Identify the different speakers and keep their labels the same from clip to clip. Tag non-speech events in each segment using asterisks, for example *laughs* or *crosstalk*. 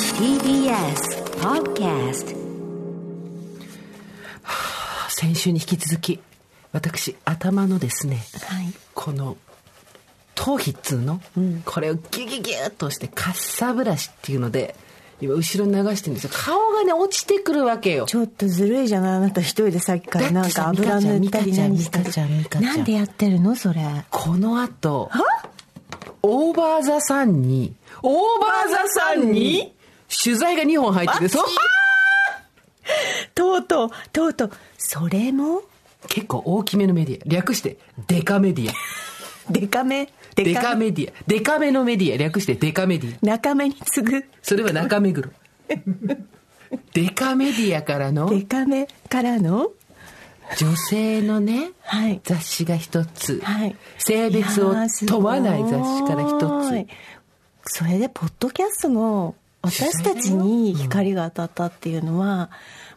Speaker 1: TBS Podcast
Speaker 2: 先週に引き続き私頭のですね
Speaker 1: はい
Speaker 2: この頭皮っつうの、これをギュギュギュッと押してカッサーブラシっていうので今後ろに流してるんですよ顔がね落ちてくるわけよ
Speaker 3: ちょっとずるいじゃないあなた一人でさっきからなんか油塗ったり何したり
Speaker 2: ちゃんミカ
Speaker 3: なんでやってるのそれ
Speaker 2: この後オーバーザさんにオーバーザさんに取材が2本入っててそう
Speaker 3: とうとうとうとうそれも
Speaker 2: 結構大きめのメディア略してデカメディア
Speaker 3: デカめ
Speaker 2: デカメディアデカめのメディア略してデカメディア
Speaker 3: 中目に次ぐ
Speaker 2: それは中
Speaker 3: *laughs*
Speaker 2: 目黒デカメディアからの
Speaker 3: デカめからの
Speaker 2: 女性のね、
Speaker 3: はい
Speaker 2: 雑誌が一つ、
Speaker 3: はい
Speaker 2: 性別を
Speaker 3: やーすご
Speaker 2: 問わない雑誌から
Speaker 3: い
Speaker 2: 一
Speaker 3: それでポッドキャストの私たちに光が当たったっていうのは、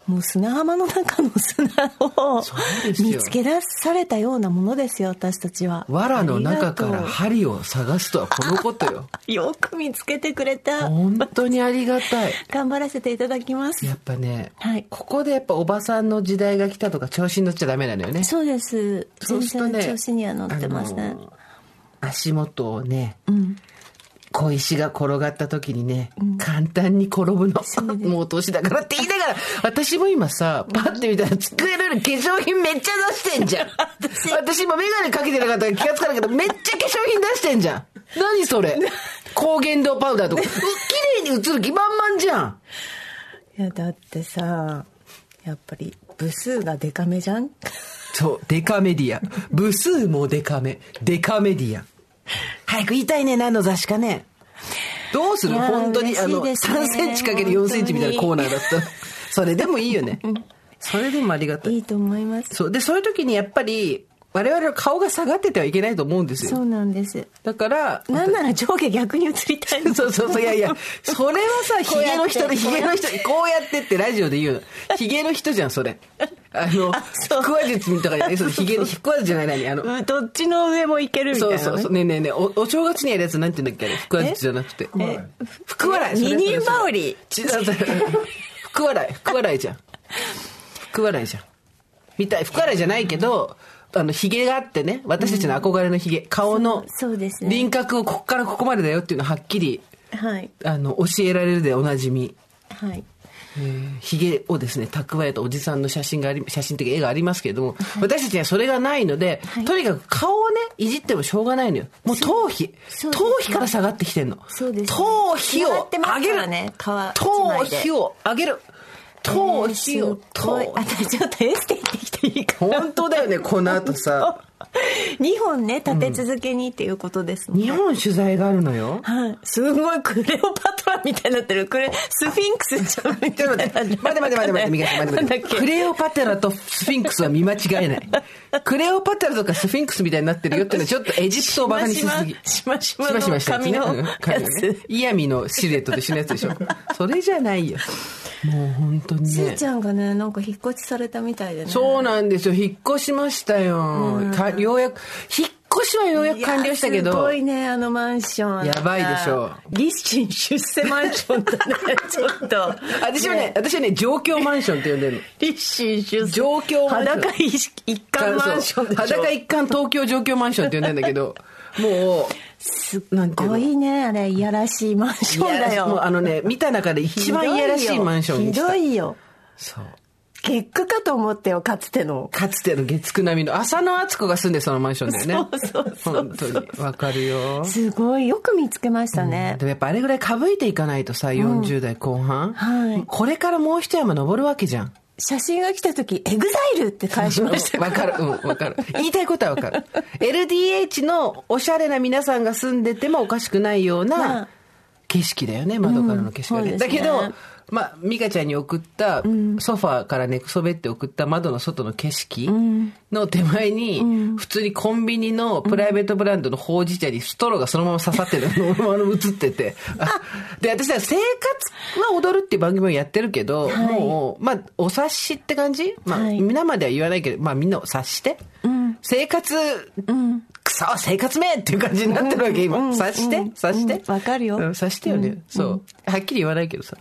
Speaker 3: もう砂浜の中の砂を
Speaker 2: そうですよ
Speaker 3: 見つけ出されたようなものですよ私たちは
Speaker 2: つ藁の中か
Speaker 3: あ
Speaker 2: ら
Speaker 3: りがと
Speaker 2: 針を探すとはこのこと
Speaker 3: *laughs*
Speaker 2: よ
Speaker 3: うよく見つけてくれた
Speaker 2: 本当にありがたい
Speaker 3: 頑張らせていただきます
Speaker 2: やっぱね、
Speaker 3: はい
Speaker 2: ここでやっぱおばさんの時代が来たとか調子に乗っちゃダメなのよね
Speaker 3: そうです
Speaker 2: そうすると
Speaker 3: 全
Speaker 2: ね
Speaker 3: 然調子には乗ってません、
Speaker 2: あのー足元をね
Speaker 3: うん
Speaker 2: 小石が転がった時にね、簡単に転ぶの。もう年だからって言いながら、私も今さ、パッて見たら机の上に化粧品めっちゃ出してんじゃん。 *laughs* 私今メガネかけてなかったから気がつかないけど、めっちゃ化粧品出してんじゃん。何そ *laughs* れ高原糖パウダーとか。う綺麗に映る気満々じゃん。
Speaker 3: いやだってさやっぱり部数がデカめじゃん
Speaker 2: そう、デカメディア。部数もデカめ。デカメディア。早く言いたいね、何の雑誌かね。どうする
Speaker 3: いやー
Speaker 2: 本当に、
Speaker 3: 嬉し
Speaker 2: あ
Speaker 3: い
Speaker 2: の、
Speaker 3: ですね
Speaker 2: 3センチかける4センチみたいなコーナーだったら。それでもいいよね。それでもありがたい。
Speaker 3: いいと思います
Speaker 2: そう。で、そういう時にやっぱり、我々の顔が下がっててはいけないと思うんです
Speaker 3: そ
Speaker 2: よ。
Speaker 3: うなんです
Speaker 2: だから、
Speaker 3: なんなら上下逆に映りたい
Speaker 2: *laughs* そうそうそう、いやいや、それはさ、
Speaker 3: *laughs*
Speaker 2: ヒ
Speaker 3: こうやって
Speaker 2: ゲの人で、ヒゲの人、こうやってってラジオで言うの。ヒゲの人じゃん、それ。あの、
Speaker 3: そう
Speaker 2: 腹話術とかじゃない、そのヒゲの、腹話術じゃない、何、あの、
Speaker 3: うんどっちの上もいけるみたいな、
Speaker 2: そう
Speaker 3: ね、
Speaker 2: そうそうねえねえねえおお正月にやるやつなんて言うんだっけあれ福笑いじゃなくて
Speaker 3: え
Speaker 2: 福笑い
Speaker 3: 二人羽
Speaker 2: り
Speaker 3: 織
Speaker 2: 違う
Speaker 3: *laughs*
Speaker 2: 違う福笑い福笑いじゃん福笑いじゃんみたい福笑いじゃないけどあのひげがあってね私たちの憧れのひげ顔の
Speaker 3: そうそうですね
Speaker 2: 輪郭をここからここまでだよっていうのをはっきり
Speaker 3: はい
Speaker 2: あの教えられるでおなじみ
Speaker 3: はい
Speaker 2: ひげをですね蓄えたおじさんの写真があり写真というか絵がありますけれども、私たちにはそれがないので、
Speaker 3: はい
Speaker 2: とにかく顔をねいじってもしょうがないのよもう頭皮
Speaker 3: そうですね
Speaker 2: 頭皮から下がってきてんの、
Speaker 3: そうですね
Speaker 2: 頭皮を
Speaker 3: 上がってますか
Speaker 2: 上げる
Speaker 3: らね皮
Speaker 2: 頭
Speaker 3: 一枚で
Speaker 2: 皮を上げる頭皮を、
Speaker 3: すごい
Speaker 2: 頭
Speaker 3: あちょっとエステ行ってきていいかな
Speaker 2: 本当だよねこの後さ
Speaker 3: *laughs* 2本ね立て続けにっていうことですもんね
Speaker 2: 日本取材があるのよ
Speaker 3: はい、すごいクレオパトラみたいになってるクレスフィンクスじゃんみ
Speaker 2: ち
Speaker 3: たい
Speaker 2: ょ
Speaker 3: な
Speaker 2: っと待って、待って待って待って待って、ミカさん待って待って。
Speaker 3: なんだっ
Speaker 2: クレオパテラとスフィンクスは見間違えない。クレオパテラとかスフィンクスみたいになってるよってのはちょっとエジプトをバカにしすぎ。
Speaker 3: しましましましまの
Speaker 2: したやつ
Speaker 3: 髪
Speaker 2: ね
Speaker 3: の
Speaker 2: うん髪
Speaker 3: や
Speaker 2: の
Speaker 3: つ
Speaker 2: ね。イヤミのシルエットと一緒のやつでしょ。それじゃないよ。もう本当に
Speaker 3: スー
Speaker 2: ね
Speaker 3: ち。ゃんがねなんか引っ越しされたみたいでね
Speaker 2: そうなんですよ。引っ越しましたよ。かようやく、引っ越しはようやく完了したけど。
Speaker 3: いやすごいねあのマンション
Speaker 2: やばいでしょ
Speaker 3: 立身出世マンション
Speaker 2: *laughs*
Speaker 3: だねちょっと
Speaker 2: 私はね、私はね、状況マンションって呼んでるの。
Speaker 3: 立身出世
Speaker 2: 状況マンション
Speaker 3: 裸一貫マンションでしょ
Speaker 2: そう裸一貫東京上京マンションって呼んでんだけ
Speaker 3: *laughs*
Speaker 2: ど、もう、
Speaker 3: すっ
Speaker 2: なんていう
Speaker 3: ご
Speaker 2: の
Speaker 3: いねあれいやらしいマンションだ
Speaker 2: いやもう
Speaker 3: よ
Speaker 2: あのね、見た中で一番いやらしいマンションに
Speaker 3: ひ
Speaker 2: した。
Speaker 3: どいよ
Speaker 2: そう。
Speaker 3: 結果かと思ってよかつての
Speaker 2: かつての月9並みの浅野敦子が住んでそのマンションだよね。
Speaker 3: そうそうそう
Speaker 2: 本当に。わかるよ。
Speaker 3: すごいよく見つけましたね、
Speaker 2: でもやっぱあれぐらいかぶいていかないとさ、40代後半。
Speaker 3: はい
Speaker 2: これからもう一山登るわけじゃん。
Speaker 3: 写真が来た時「エグザイルって返しました
Speaker 2: わかる、うん、わかる。言いたいことはわかる。LDH のおしゃれな皆さんが住んでてもおかしくないよう
Speaker 3: ま
Speaker 2: な
Speaker 3: あ
Speaker 2: 景色だよね、窓からの景色がね。
Speaker 3: うんそう
Speaker 2: だ
Speaker 3: ですね
Speaker 2: けど、まあ、美香ちゃんに送った、ソファーから寝くそべって送った窓の外の景色の手前に、普通にコンビニのプライベートブランドのほうじ茶にストローがそのまま刺さってる
Speaker 3: *laughs*
Speaker 2: のそのまま映ってて。あで、私は生活は踊るっていう番組をやってるけど、
Speaker 3: はい
Speaker 2: もう、まあ、お察しって感じまあ、
Speaker 3: はい
Speaker 2: 皆までは言わないけど、まあみんなを察して、生活くそ生活面っていう感じになってるわけ、今。察して、察して。
Speaker 3: うんわかるよ
Speaker 2: うん察してよね。そう。はっきり言わないけどさ。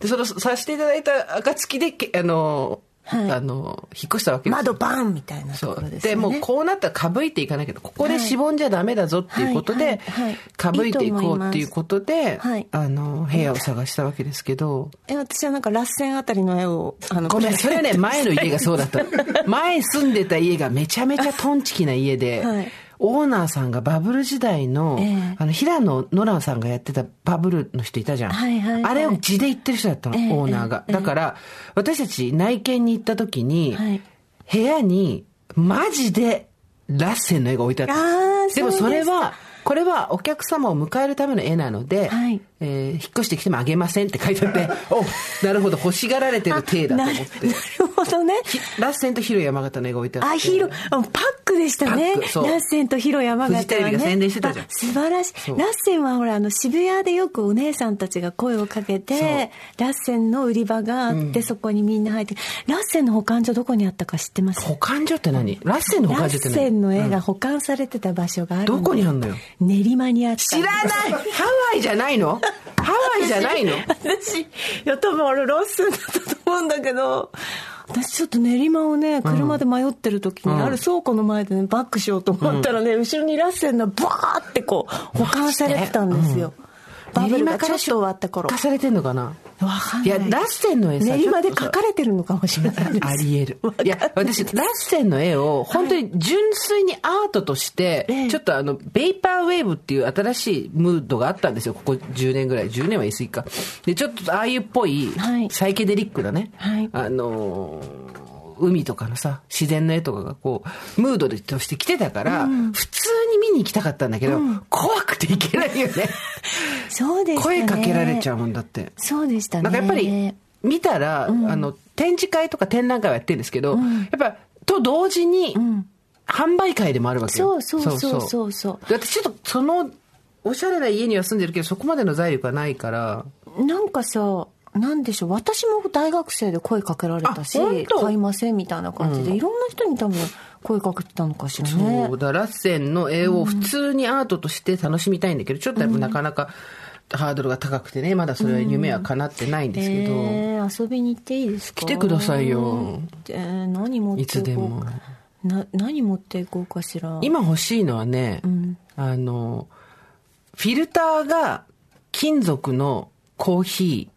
Speaker 2: で、その、察していただいた暁で、けあの、
Speaker 3: はい
Speaker 2: あの、引っ越したわけですよ
Speaker 3: 窓バーンみたいな
Speaker 2: そ
Speaker 3: ところ
Speaker 2: う
Speaker 3: ですよね。
Speaker 2: でもうこうなったらかぶいていかなきゃここでしぼんじゃダメだぞっていうこと
Speaker 3: は
Speaker 2: で
Speaker 3: いはいはい
Speaker 2: かぶいていこうっていうことで
Speaker 3: いと思います
Speaker 2: あの部屋を探したわけですけど
Speaker 3: え私はなんか螺旋あたりの絵をあの
Speaker 2: ごめんそれはね前の家が
Speaker 3: う
Speaker 2: そうだっ
Speaker 3: *laughs*
Speaker 2: たの前住んでた家がめちゃめちゃトンチキな家で、
Speaker 3: はい
Speaker 2: オーナーさんがバブル時代の,、
Speaker 3: ええ
Speaker 2: あの平野ノラさんがやってたバブルの人いたじゃん、
Speaker 3: はいはいはい
Speaker 2: あれを地で行ってる人だったの、
Speaker 3: ええ
Speaker 2: オーナーが、だから私たち内見に行った時に、
Speaker 3: はい
Speaker 2: 部屋にマジでラッセンの絵が置いてあったの
Speaker 3: あー
Speaker 2: でもそ
Speaker 3: そう
Speaker 2: れ
Speaker 3: で
Speaker 2: はこれはお客様を迎えるための絵なので、
Speaker 3: はい
Speaker 2: えー引っ越してきてもあげませんって書いてあって
Speaker 3: *laughs*
Speaker 2: おなるほど欲しがられてる体だと
Speaker 3: な
Speaker 2: 思
Speaker 3: る
Speaker 2: って
Speaker 3: なるほどね。
Speaker 2: ひラッセンとヒロ山形の絵が置いてあって
Speaker 3: あ、ヒロ、あパックでしたね。
Speaker 2: パ
Speaker 3: ラ
Speaker 2: ックそう
Speaker 3: ッセンとヒロ山形、ね。
Speaker 2: フジテレビが宣伝してたじゃん
Speaker 3: あ素晴らしい。
Speaker 2: う
Speaker 3: ラッセンはほら、あの、渋谷でよくお姉さんたちが声をかけて、ラッセンの売り場があって、そこにみんな入って、ラッセンの保管所どこにあったか知ってます
Speaker 2: 保管所って何ラッセンの
Speaker 3: ラ
Speaker 2: 保管
Speaker 3: ッ
Speaker 2: 所って
Speaker 3: センの
Speaker 2: 何
Speaker 3: 絵が保管されてた場所がある
Speaker 2: どこにあんのよ
Speaker 3: 練馬にあった。
Speaker 2: 知らないハワイじゃないのハワイじゃないの
Speaker 3: 私、いや、多分あれ、ロッスンだったと思うんだけど、私ちょっと練馬をね、車で迷ってる時に、ある倉庫の前でね、バックしようと思ったらね、後ろにラッセンがバーってこう、保管されてたんですよ。バブルがちょっと終わった頃。
Speaker 2: 化されてんのかな
Speaker 3: わかんない
Speaker 2: いやラッセンの絵さ
Speaker 3: 練馬で
Speaker 2: ちょっと
Speaker 3: 書
Speaker 2: さ
Speaker 3: かれてるのかもしれないです。
Speaker 2: あり得
Speaker 3: わかん
Speaker 2: る。い
Speaker 3: な
Speaker 2: や、私、ラッセンの絵を、本当に純粋にアートとして、
Speaker 3: ええ
Speaker 2: ちょっとあの、ベイパーウェーブっていう新しいムードがあったんですよ、ここ10年ぐらい。10年は言い過ぎか。で、ちょっとああいうっぽい
Speaker 3: はい、
Speaker 2: サイケデリックだね。
Speaker 3: はい
Speaker 2: あのー海とかのさ、自然の絵とかがこう、ムードとして来てたから、普通に見に行きたかったんだけど、怖くて行けない
Speaker 3: *laughs*
Speaker 2: よね。
Speaker 3: そうでしたね。
Speaker 2: 声かけられちゃうもんだって。
Speaker 3: そうでしたね。
Speaker 2: なんかやっぱり見たら、あの展示会とか展覧会はやってるんですけど、やっぱと同時に、販売会でもあるわけよ
Speaker 3: そうそうそうそうそう
Speaker 2: で私ちょっとそのおしゃれな家には住んでるけどそこまでの財力はないから
Speaker 3: なんかさ、なんでしょう、私も大学生で声かけられたし
Speaker 2: あ本、当
Speaker 3: 買いませんみたいな感じで、いろんな人に多分声かけてたのかしらね
Speaker 2: そ。うだラッセンの絵を普通にアートとして楽しみたいんだけど、ちょっとやっぱなかなかハードルが高くてねまだそれは夢は叶ってないんですけど、
Speaker 3: えー遊びに行っていいですか
Speaker 2: 来てくださいよ。
Speaker 3: えー何持って
Speaker 2: いつでも
Speaker 3: な何持っていこうかしら。
Speaker 2: 今欲しいのはね、あのフィルターが金属のコーヒー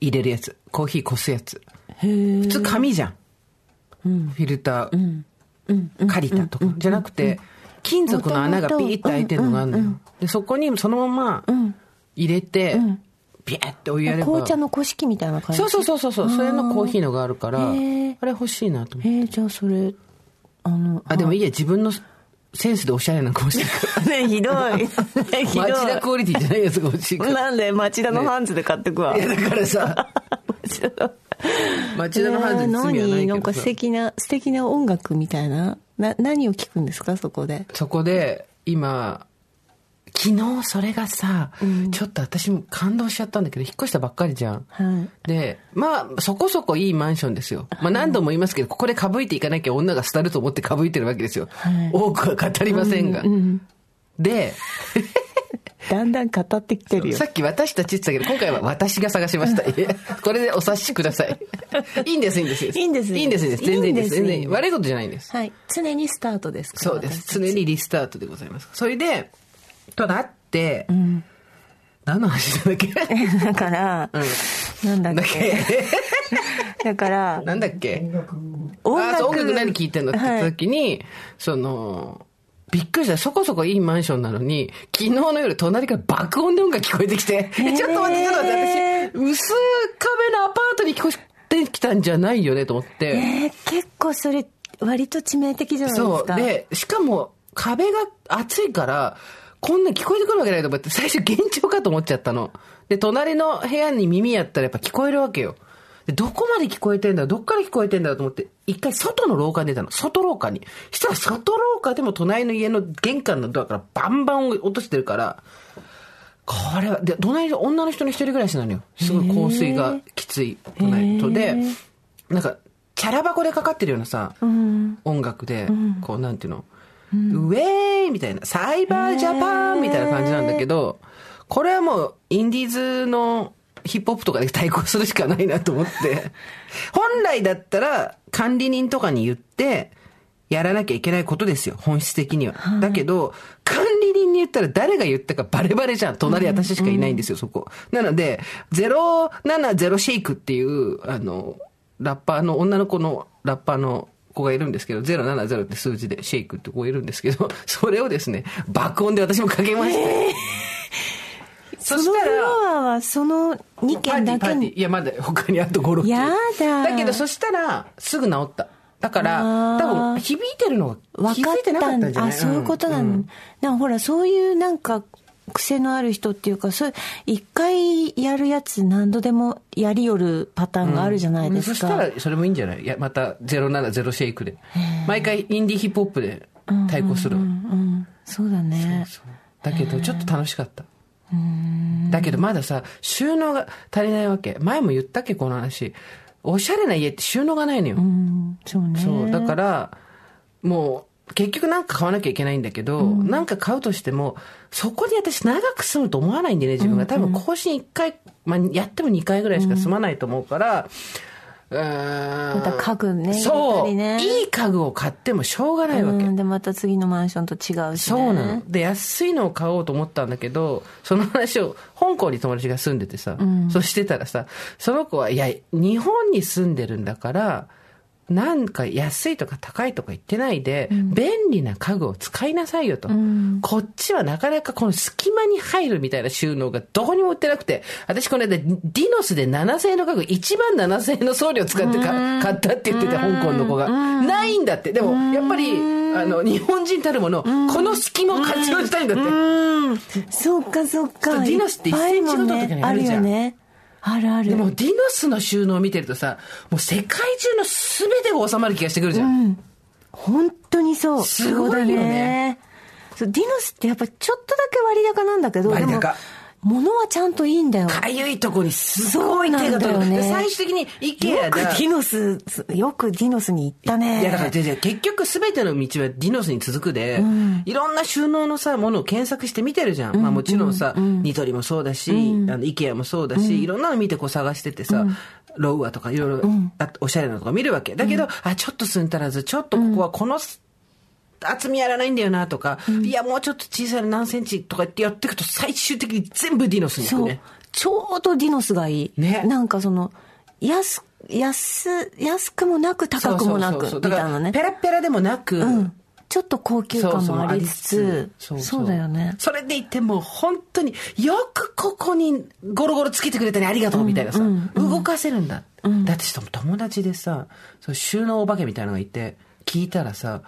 Speaker 2: 入れるやつコーヒーこすやつ
Speaker 3: へー
Speaker 2: 普通紙じゃん、フィルター、借りたとか、じゃなくて金属の穴がピーって開いてるのがあるのよ、でそこにそのまま入れて、ビャーってお湯やれば
Speaker 3: 紅茶の古式みたいな感じ。
Speaker 2: そうそうそうそうそうそれのコーヒーのがあるからあ
Speaker 3: へー
Speaker 2: れ欲しいなと思って
Speaker 3: えーじゃあそれ、あの、
Speaker 2: あでもいいや自分のセンスでおしゃれなのかもしれな
Speaker 3: ね、
Speaker 2: い
Speaker 3: ひどい。 *laughs* ねひどい。
Speaker 2: 町田クオリティじゃないやつが欲し
Speaker 3: *laughs*
Speaker 2: いから。
Speaker 3: なんで町田のハンズで買ってくわ。
Speaker 2: い *laughs* や、だからさ、町田のハンズに罪はな
Speaker 3: 何
Speaker 2: い
Speaker 3: なん
Speaker 2: け
Speaker 3: か
Speaker 2: ど
Speaker 3: 素
Speaker 2: さ。
Speaker 3: 敵な素敵な音楽みたいなな何を聞くんですかそこで
Speaker 2: そこで、今、昨日それがさ、ちょっと私も感動しちゃったんだけど、引っ越したばっかりじゃん。
Speaker 3: はい
Speaker 2: で、まあ、そこそこいいマンションですよ。まあ、何度も言いますけど、ここでかぶいていかなきゃ女が廃ると思ってかぶいてるわけですよ。
Speaker 3: はい
Speaker 2: 多くは語りませんが。で、
Speaker 3: だんだん語ってきてるよ
Speaker 2: さっき私たちって言ってたけど、今回は私が探しました。いえ
Speaker 3: *laughs*
Speaker 2: これでお察しください。いいんです、いいんです。
Speaker 3: いいんです
Speaker 2: いいんです、いいんです。全然いいんで
Speaker 3: いいんで
Speaker 2: す。
Speaker 3: す
Speaker 2: 全然いい悪いことじゃないんです。
Speaker 3: はい常にスタートですから
Speaker 2: そうです。
Speaker 3: 私た
Speaker 2: 常
Speaker 3: ち
Speaker 2: にリスタートでございます。それで、となって、何の話だっけ
Speaker 3: *laughs* だから、なんだっけだ
Speaker 2: *laughs*
Speaker 3: から
Speaker 2: なんだっ
Speaker 3: *laughs*
Speaker 2: け
Speaker 3: 音
Speaker 2: あそう
Speaker 3: 楽
Speaker 2: 音楽何聴いてんのって言った時に、その、びっくりした。そこそこいいマンションなのに、昨日の夜隣から爆音で音が聞こえてきて、えちょっと待って、ちょっと待って、私、薄壁のアパートに聞こえてきたんじゃないよねと思って。
Speaker 3: えー結構それ割と致命的じゃないです
Speaker 2: そう。
Speaker 3: か
Speaker 2: で、しかも壁が厚いから、こんな聞こえてくるわけないと思って、最初幻聴かと思っちゃったの。で、隣の部屋に耳やったらやっぱ聞こえるわけよ。で、どこまで聞こえてんだどっから聞こえてんだと思って、一回外の廊下に出たの。外廊下に。したら外廊下でも隣の家の玄関のドアからバンバン落としてるから、これは、で、隣の女の人の一人暮らしなのよ。すごい香水がきつい隣とで、なんか、チャラ箱でかかってるようなさ、音楽で、こう、なんていうの、ウェーイみたいな、サイバージャパンみたいな感じなんだけど、これはもう、インディーズのヒップホップとかで対抗するしかないなと思 *laughs* って、本来だったら、管理人とかに言って、やらなきゃいけないことですよ、本質的には。だけど、管理人に言ったら誰が言ったかバレバレじゃん。隣私しかいないんですよ、そこ。なので、070シェイクっていう、あの、ラッパーの、女の子のラッパーの子がいるんですけど、070って数字でシェイクって子がいるんですけど、それをですね、爆音で私もかけました。
Speaker 3: そ
Speaker 2: そ
Speaker 3: の
Speaker 2: し
Speaker 3: フ
Speaker 2: たら、
Speaker 3: ロアはその2軒だ
Speaker 2: パーティー
Speaker 3: け
Speaker 2: パーティ
Speaker 3: に
Speaker 2: ーいや、まだ他にあと5、6
Speaker 3: やだ
Speaker 2: だけど、そしたら、すぐ治った。だから、
Speaker 3: あー
Speaker 2: 多分、響いてるのが気
Speaker 3: 分か
Speaker 2: づ
Speaker 3: っ
Speaker 2: いてなかったたんじゃない
Speaker 3: あそういうことなの、
Speaker 2: ん
Speaker 3: でもほらそういうなんか癖のある人っていうかそう一回やるやつ何度でもやりよるパターンがあるじゃないです
Speaker 2: そし
Speaker 3: か、
Speaker 2: たらそれもいいんじゃないいやまた070シェイクで毎回インディーヒップホップで対抗するわ、
Speaker 3: うんそうだね
Speaker 2: そうだけどちょっと楽しかっただけどまださ収納が足りないわけ前も言ったっけこの話おしゃれな家って収納がないのよ、
Speaker 3: うんそうね
Speaker 2: そうだからもう結局なんか買わなきゃいけないんだけど、なんか買うとしてもそこに私長く住むと思わないんでね自分が多分更新1回、まあ、やっても2回ぐらいしか住まないと思うから、うーん
Speaker 3: また家具ね入れ
Speaker 2: そ
Speaker 3: た
Speaker 2: う、
Speaker 3: りね
Speaker 2: いい家具を買ってもしょうがないわけ、
Speaker 3: うん、でまた次のマンションと違うし、ね、
Speaker 2: そうなので安いのを買おうと思ったんだけどその話を香港に友達が住んでてさ、そうしてたらさその子はいや日本に住んでるんだからなんか安いとか高いとか言ってないで、便利な家具を使いなさいよと、こっちはなかなかこの隙間に入るみたいな収納がどこにも売ってなくて私この間ディノスで7000円の家具1万7000円の送料使ってか買ったって言ってて香港の子がないんだってでもやっぱりあの日本人たるものこの隙間を活用したいんだって
Speaker 3: うんそうかそう
Speaker 2: そう
Speaker 3: か
Speaker 2: ディノスって
Speaker 3: いぱいも
Speaker 2: 1センチごとと
Speaker 3: ね
Speaker 2: かにあ
Speaker 3: あ
Speaker 2: る
Speaker 3: る
Speaker 2: じゃ
Speaker 3: よ
Speaker 2: ん
Speaker 3: ねあるある
Speaker 2: でもディノスの収納を見てるとさもう世界中の全てが収まる気がしてくるじゃん、
Speaker 3: 本当にそう
Speaker 2: すごいよね
Speaker 3: そうだそうディノスってやっぱちょっとだけ割高なんだけど
Speaker 2: 割高
Speaker 3: でも物はちゃんといいんだよ
Speaker 2: かゆいとこにすごい手が
Speaker 3: そうなん
Speaker 2: 届
Speaker 3: だ
Speaker 2: く
Speaker 3: よね
Speaker 2: 最終的に IKEA
Speaker 3: よくデ
Speaker 2: だ
Speaker 3: ィノスよくディノスに行ったね
Speaker 2: いやだからじゃあじゃあ結局全ての道はディノスに続くで、いろんな収納のさものを検索して見てるじゃん、まあ、もちろんさ、ニトリもそうだし、あの IKEA もそうだし、いろんなの見てこう探しててさ、ロウアとかいろいろ、あおしゃれなのとか見るわけだけど、あちょっと寸足らずちょっとここはこの、厚みやらないんだよなとか、いや、もうちょっと小さいの何センチとかってやっていくと、最終的に全部ディノスに行
Speaker 3: そ
Speaker 2: く
Speaker 3: う
Speaker 2: ね。
Speaker 3: ちょうどディノスがいい、
Speaker 2: ね
Speaker 3: なんかその安安安くもなく高くもなく
Speaker 2: そうそうそうそ
Speaker 3: み
Speaker 2: うだ
Speaker 3: たい
Speaker 2: か
Speaker 3: な
Speaker 2: ら、
Speaker 3: ね
Speaker 2: ペラッペラでもなく、
Speaker 3: うん、ちょっと高級感もありつつ
Speaker 2: そ
Speaker 3: そうう
Speaker 2: そう
Speaker 3: だよね
Speaker 2: それでいてもう本当によくここにゴロゴロつけてくれたねありがとうみたいなさ、動かせるんだ、だってしかも友達でさそう収納お化けみたいなのがいて聞いたらさ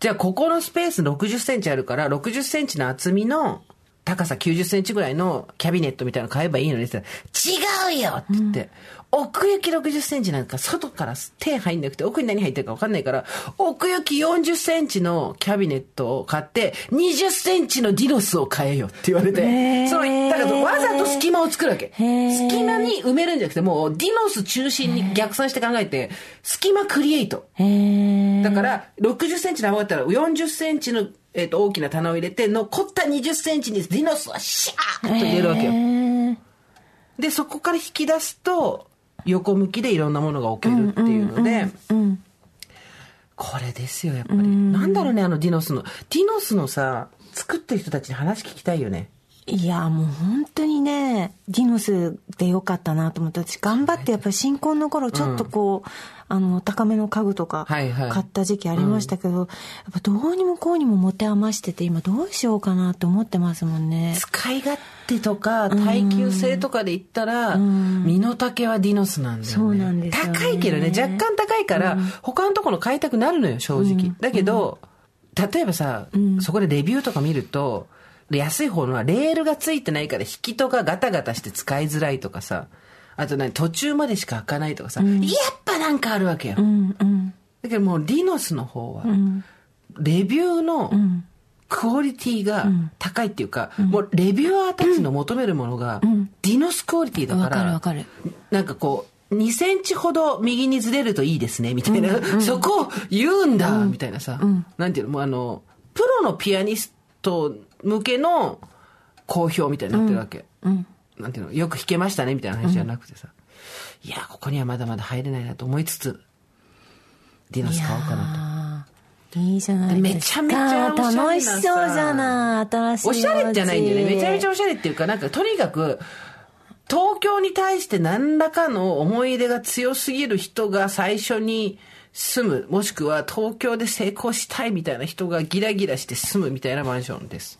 Speaker 2: じゃあここのスペース6 0センチあるから6 0ンチの厚みの高さ9 0ンチぐらいのキャビネットみたいなの買えばいいのにって言ったら違うよって言って、奥行き6 0ンチなんか外から手入んなくて奥に何入ってるか分かんないから奥行き4 0ンチのキャビネットを買って2 0ンチのディノスを買えよって言われて
Speaker 3: へー
Speaker 2: そのだからわざと隙間を作るわけ
Speaker 3: へー
Speaker 2: 隙間に埋めるんじゃなくてもうディノス中心に逆算して考えて隙間クリエイト
Speaker 3: へえ
Speaker 2: だから、60センチの幅だったら、40センチの、えっと大きな棚を入れて、残った20センチにディノスはシャーッと入れるわけよ。で、そこから引き出すと、横向きでいろんなものが置けるっていうので、これですよ、やっぱり。なんだろうね、あのディノスの。ディノスのさ、作ってる人たちに話聞きたいよね。
Speaker 3: いやもう本当にねディノスでよかったなと思って私頑張ってやっぱり新婚の頃ちょっとこう、あの高めの家具とか
Speaker 2: はい
Speaker 3: 買
Speaker 2: はい
Speaker 3: った時期ありましたけど、やっぱどうにもこうにも持て余してて今どうしようかなと思ってますもんね
Speaker 2: 使い勝手とか耐久性とかで言ったら、身の丈はディノスなんだよね。
Speaker 3: そうなんですよね
Speaker 2: 高いけどね、若干高いから、他のところ買いたくなるのよ、正直。だけど、例えばさ、そこでレビューとか見ると、で安い方のはレールがついてないから引き戸がガタガタして使いづらいとかさ、あと何、途中までしか開かないとかさ、やっぱなんかあるわけよ。
Speaker 3: うんうん
Speaker 2: だけどもうディノスの方は、レビューのクオリティが高いっていうか、もうレビュアーたちの求めるものが、ディノスクオリティだか、
Speaker 3: わからるわかる
Speaker 2: なんかこう、 2センチほど右にずれるといいですね、みたいな。そこを言うんだ、みたいなさ。なんていうのもうあの、プロのピアニスト向けの好評みたいになってるわけ。なんていうのよく弾けましたね、みたいな話じゃなくてさ。いや、ここにはまだまだ入れないなと思いつつ、ディノス買おうかな
Speaker 4: と
Speaker 2: と。
Speaker 4: いいじゃない
Speaker 2: め
Speaker 4: です
Speaker 2: ちゃ
Speaker 4: か
Speaker 2: めちゃおしゃれな
Speaker 4: 楽し
Speaker 2: さ
Speaker 4: そうじゃない新しい
Speaker 2: おしゃれじゃないんだよね。めちゃめちゃ
Speaker 4: ゃ
Speaker 2: おしゃれっていうか、なんかとにかく、東京に対して何らかの思い入れが強すぎる人が最初に住む、もしくは東京で成功したいみたいな人がギラギラして住むみたいなマンションです。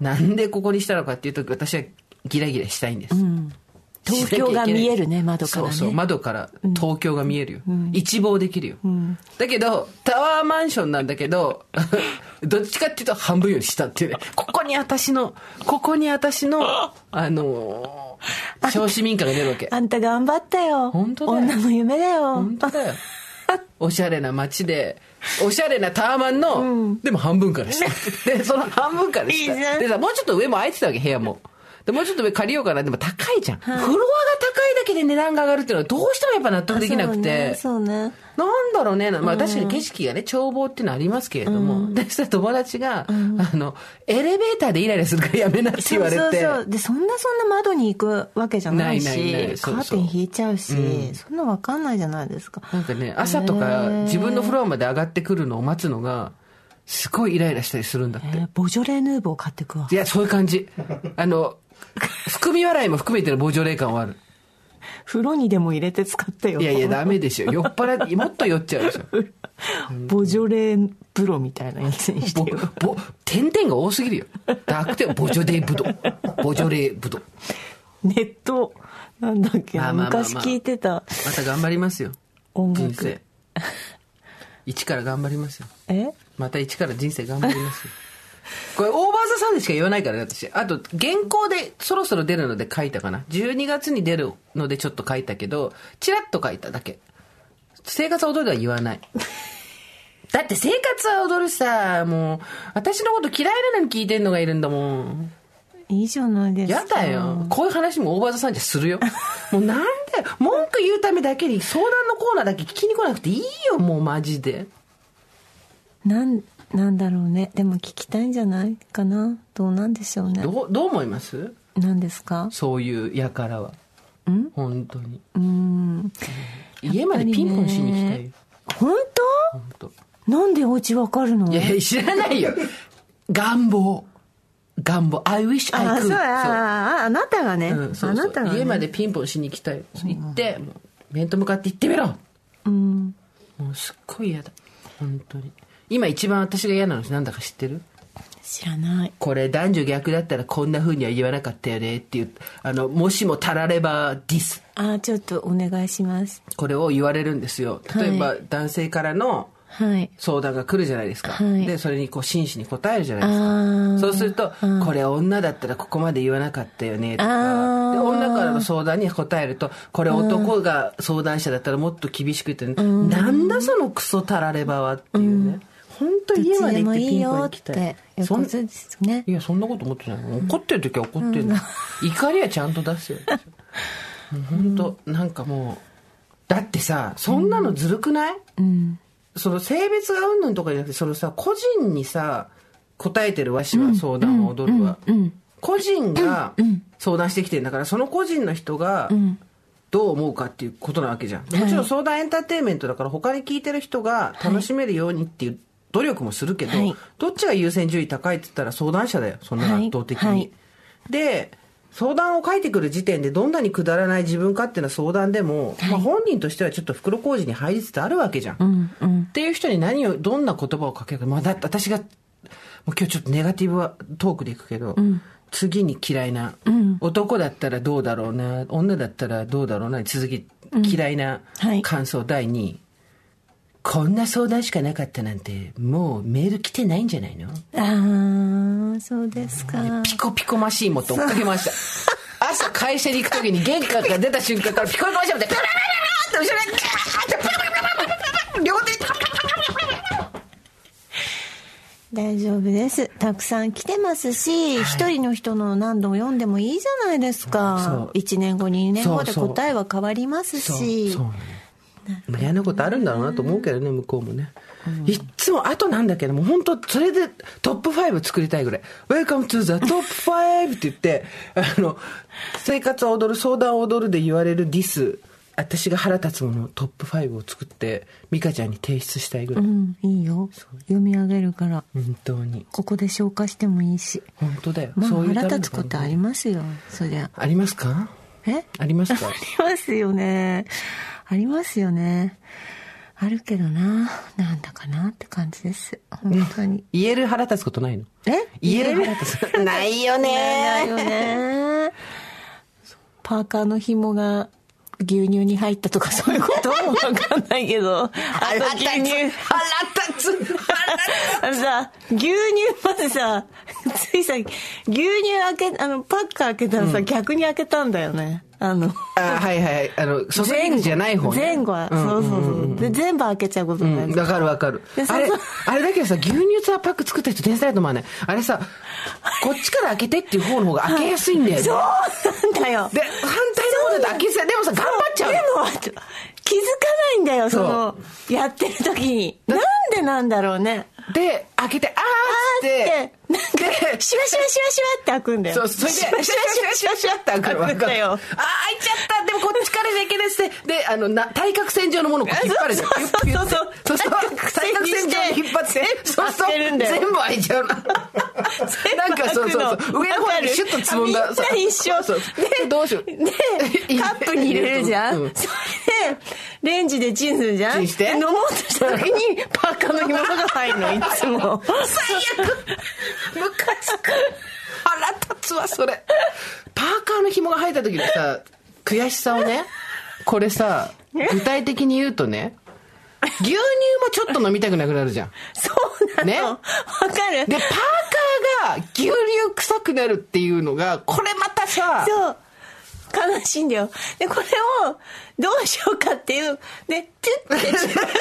Speaker 2: なんでここにしたのかっていうと、私はギラギラしたいんです。
Speaker 3: 東京が見えるね窓からね
Speaker 2: そうそう窓から東京が見えるよ、一望できるよ、だけどタワーマンションなんだ
Speaker 3: *laughs*
Speaker 2: けどどっちかっていうと半分より下っていうねここに私のここに私のあのー小市民感が出るわけ
Speaker 3: あんた頑張ったよ
Speaker 2: 本当だよ
Speaker 3: 女の夢だよ
Speaker 2: 本当だよ *laughs* おしゃれな街でおしゃれなタワマンの、でも半分か
Speaker 3: *laughs*
Speaker 2: らしたでその半分からした
Speaker 3: いいじゃん
Speaker 2: でさもうちょっと上も空いてたわけ部屋もでもうちょっと上借りようかなでも高いじゃん、フロアが高いだけで値段が上がるっていうのはどうしてもやっぱ納得できなくて
Speaker 3: そうね
Speaker 2: なんだろうね、まあ確かに景色がね、眺望っていうのはありますけれども、私の友達が、あの、エレベーターでイライラするからやめなって
Speaker 3: そ
Speaker 2: 言わ
Speaker 3: う
Speaker 2: れて、
Speaker 3: そうそうでそんなそんな窓に行くわけじゃないし
Speaker 2: ないないな
Speaker 3: カ
Speaker 2: いそう
Speaker 3: ー
Speaker 2: そう
Speaker 3: テン引いちゃうし、そんなわかんないじゃないですか
Speaker 2: なんかね、朝とか自分のフロアまで上がってくるのを待つのが、すごいイライラしたりするんだって。
Speaker 3: えーボジョレ・ヌーボー買ってくわ
Speaker 2: いや、そういう感じ。あの、含み笑いも含めてのボジョレー感はある。
Speaker 3: 風呂にでも入れて使ってよ
Speaker 2: いやいや、ダメでしょ。酔っ払って、もっと酔っちゃうでしょ。
Speaker 3: ボジョレ・ブロみたいなやつにして
Speaker 2: ぼ
Speaker 3: よ、
Speaker 2: *laughs* ぼ、点々が多すぎるよ。ダークテボジョレーブド。ボジョレーブド。
Speaker 3: ネットなんだっけ
Speaker 2: ま
Speaker 3: な
Speaker 2: あまあまあまあ
Speaker 3: 昔聞いてた
Speaker 2: また頑張りますよ。
Speaker 3: 音
Speaker 2: 人
Speaker 3: 楽
Speaker 2: 生一から頑張りますよ
Speaker 3: え
Speaker 2: また一から人生頑張りますよ *laughs* これオーバーザさんでしか言わないからね私あと原稿でそろそろ出るので書いたかな12月に出るのでちょっと書いたけどチラッと書いただけ生活は踊るでは言わない *laughs* だって生活は踊るさもう私のこと嫌いなのに聞いてんのがいるんだもん
Speaker 3: いいじゃないですか
Speaker 2: やだよ。こういう話もオーバーザさんじゃするよ。 *laughs* もうなんだよ。文句言うためだけに相談のコーナーだけ聞きに来なくていいよ、もうマジで。
Speaker 3: なんなんだろうねでも聞きたいんじゃないかなどうなんでしょうね
Speaker 2: どう、どう思います
Speaker 3: なんですか
Speaker 2: そういうやからは。本当に。
Speaker 3: うん
Speaker 2: 家までピンポンしに来た
Speaker 3: やっぱり
Speaker 2: よ
Speaker 3: ね。本
Speaker 2: 本当。
Speaker 3: 当なんでお家わかるの
Speaker 2: いやいや、知らないよ。願望。願望。I wish
Speaker 3: あ
Speaker 2: I
Speaker 3: あ
Speaker 2: could.
Speaker 3: そうあああなたがね、
Speaker 2: うんそう
Speaker 3: あ
Speaker 2: そう
Speaker 3: なたが、ね、
Speaker 2: 家までピンポンしに行きたい行って、もう面と向かって行ってみろ、もうすっごい嫌だ本当に今一番私が嫌なのなんだか知ってる
Speaker 3: 知らない
Speaker 2: これ男女逆だったらこんな風には言わなかったよねっていうあのもしもたらればディス
Speaker 3: ああちょっとお願いします
Speaker 2: これを言われるんですよ例えば、
Speaker 3: は
Speaker 2: 男性からの
Speaker 3: はい
Speaker 2: 相談が来るじゃないですか、
Speaker 3: はい
Speaker 2: でそれにこう真摯に答えるじゃない
Speaker 3: あ
Speaker 2: ですか
Speaker 3: ー
Speaker 2: そうすると、これ女だったらここまで言わなかったよねと
Speaker 3: あ
Speaker 2: か、
Speaker 3: ー
Speaker 2: で女からの相談に答えると、これ男が相談者だったらもっと厳しく言って、なんだそのクソたらればはっていうね。本当家まで行ってピンポン行きた
Speaker 3: どっちでもいいよ
Speaker 2: い
Speaker 3: っ。ていう
Speaker 2: そん
Speaker 3: ことですね
Speaker 2: いや、そんなこと思ってない。怒ってる時は怒ってるの。怒りはちゃんと出すよ。もう本当、なんかもう、だってさ、そんなのずるくない、その性別がうんぬんとかじゃなくてそのさ個人にさ答えてるわしは相談は踊るわ、個人が相談してきてるんだからその個人の人がどう思うかっていうことなわけじゃん、もちろん相談エンターテインメントだから他に聞いてる人が楽しめるようにっていう努力もするけど、
Speaker 3: はい
Speaker 2: どっちが優先順位高いって言ったら相談者だよそんなの圧倒的に。
Speaker 3: はいはい
Speaker 2: で相談を書いてくる時点でどんなにくだらない自分勝手な相談でも、まあ、本人としてはちょっと袋小路に入りつつあるわけじゃん。っていう人に何をどんな言葉をかけるか、まあ、だって私がもう今日ちょっとネガティブはトークでいくけど、次に嫌いな、男だったらどうだろうな女だったらどうだろうなに続き嫌いな
Speaker 3: はい
Speaker 2: 感想第2位、こんな相談しかなかったなんてもうメール来てないんじゃないの
Speaker 3: ああそうですか
Speaker 2: ピコピコマシーン持って追っかけました。朝会社に行くときに玄関から出た瞬間からピコピコマシーン持って、ピラピラピラピラって後ろにガーッてピラピラピラピラピラピラ両手にピラピラピラピラピラ
Speaker 4: 大丈夫です。たくさん来てますし、一、人の人の何度も読んでもいいじゃないです
Speaker 2: そう
Speaker 4: か。一年後、二年後で
Speaker 2: そうそう
Speaker 4: 答えは変わります
Speaker 2: そう
Speaker 4: し。
Speaker 2: そうまあ嫌なことあるんだろうなと思うけどね向こうもね、いっつもあとなんだけどもう本当それでトップ5作りたいぐらい「Welcome to the top 5」って言って *laughs* あの生活を踊る相談を踊るで言われるディス私が腹立つものトップ5を作って美香ちゃんに提出したいぐらい、
Speaker 4: うん、いいよ。読み上げるから。
Speaker 2: 本当に
Speaker 4: ここで消化してもいいし。
Speaker 2: 本当だよ、
Speaker 4: まあ、
Speaker 2: そういう
Speaker 4: 腹
Speaker 2: ための
Speaker 4: 立つことありますよ。そりゃ。
Speaker 2: ありますか
Speaker 4: え
Speaker 2: ありますか
Speaker 4: *laughs* ありますよね。ありますよね。あるけどな。なんだかなって感じです。本当に。
Speaker 2: 言える腹立つことないの
Speaker 4: え
Speaker 2: 言える腹立つないよ
Speaker 4: *laughs* ない
Speaker 2: ね
Speaker 4: よね。
Speaker 3: パーカーの紐が牛乳に入ったとかそういうこともわかんないけど、あの牛乳、
Speaker 2: 腹立つ
Speaker 3: あのさ、牛乳までさ、ついさ、牛乳開け、あの、パック開けたらさ、逆に開けたんだよね。あの、
Speaker 2: あはいはいはいあの注
Speaker 3: 前後
Speaker 2: ぎ口じゃない方ね
Speaker 3: 前後は、そうそうそう。で、全部開けちゃうこと
Speaker 2: う
Speaker 3: になんい
Speaker 2: わかるわかる
Speaker 3: でそう
Speaker 2: あれ
Speaker 3: そう
Speaker 2: あれだけどさ牛乳さパック作った人天才だと思わないあれさこっちから開けてっていう方の方が開けやすいんだよね
Speaker 3: そうなんだよ。
Speaker 2: で反対の方だと開けづらいでもさ頑張っちゃう
Speaker 3: で
Speaker 2: の
Speaker 3: も気づかないんだよそ
Speaker 2: そう
Speaker 3: のやってる時になんでなんだろうね
Speaker 2: で開けてあ
Speaker 3: あー
Speaker 2: ーっ
Speaker 3: っててなんかシュワシュワシュワシュワって開くんだよ
Speaker 2: そう、それで、
Speaker 3: シュワシュワシュワシュワシュワって開くんだ
Speaker 2: あ
Speaker 3: よ
Speaker 2: ー、開いちゃった。でもこっちからじゃいけないっすね。で、あの、な、対角線上のものをこう引っ張るじゃん。
Speaker 3: そうそうそうそう
Speaker 2: そう *laughs* そう。
Speaker 3: 対
Speaker 2: 対角
Speaker 3: 角
Speaker 2: 線
Speaker 3: 線にして
Speaker 2: 上に引っ張って、そうそう。
Speaker 3: 開けるんだよ
Speaker 2: 全部開いちゃうな。なんかそうそうそう。上の方にシュッとつぼんだ。
Speaker 3: みんな一緒
Speaker 2: そうそうで、どうしよう。
Speaker 3: でカップに入れるじゃん、
Speaker 2: う
Speaker 3: それでレンジでチンするじゃん
Speaker 2: チンして
Speaker 3: で飲もうとした時にパーカーの紐が入るのいつも
Speaker 2: 最悪ムカつく腹立つわそれパーカーの紐が入った時のさ悔しさをねこれさ具体的に言うとね牛乳もちょっと飲みたくなくなるじゃん
Speaker 3: そうなの、
Speaker 2: ね
Speaker 3: わかる
Speaker 2: でパーカーが牛乳臭くなるっていうのがこれまたさ
Speaker 3: そう。悲しいんだよ。で、これを、どうしようかっていう、で、ピュッて
Speaker 2: *laughs*
Speaker 3: 自分で、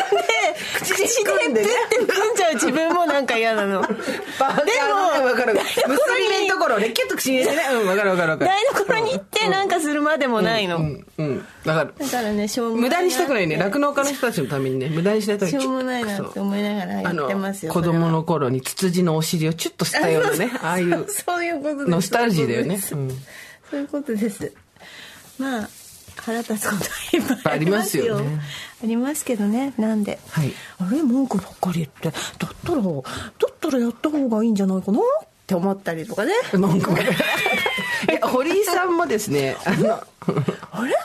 Speaker 3: 口
Speaker 2: 組ん
Speaker 3: で
Speaker 2: でね
Speaker 3: ピュッて組んじゃう自分もなんか嫌なの。でも、
Speaker 2: パーカーのねわかる結
Speaker 3: 台所
Speaker 2: び目
Speaker 3: に
Speaker 2: のと、ころねキュッと口に入れてねうんわかるわかるわかる
Speaker 3: 台所に行ってなんかするまでもないの。
Speaker 2: うんうんわかる
Speaker 3: だからね、しょうもない
Speaker 2: 無
Speaker 3: な。
Speaker 2: 駄にしたくないね酪農家の人たちのためにね無駄にしないため
Speaker 3: し
Speaker 2: に
Speaker 3: ょうもないなって思いながらや
Speaker 2: あの
Speaker 3: ってますよ。
Speaker 2: 子供の頃にツツジのお尻をチュッとしたよう
Speaker 3: *laughs*
Speaker 2: なねああいう
Speaker 3: そういうことです
Speaker 2: ノスタルジーだよね
Speaker 3: そういうことですそういうことですまあ腹立つことはいっぱいありますよ
Speaker 2: ありますよね
Speaker 3: ありますけどねなんで、
Speaker 2: はい
Speaker 3: あれ文句ばっかり言ってだったらだったらやった方がいいんじゃないかなって思ったりと
Speaker 2: *laughs*
Speaker 3: かね
Speaker 2: 文
Speaker 3: *laughs*
Speaker 2: 句がいや堀井さんもですねあの
Speaker 3: あれ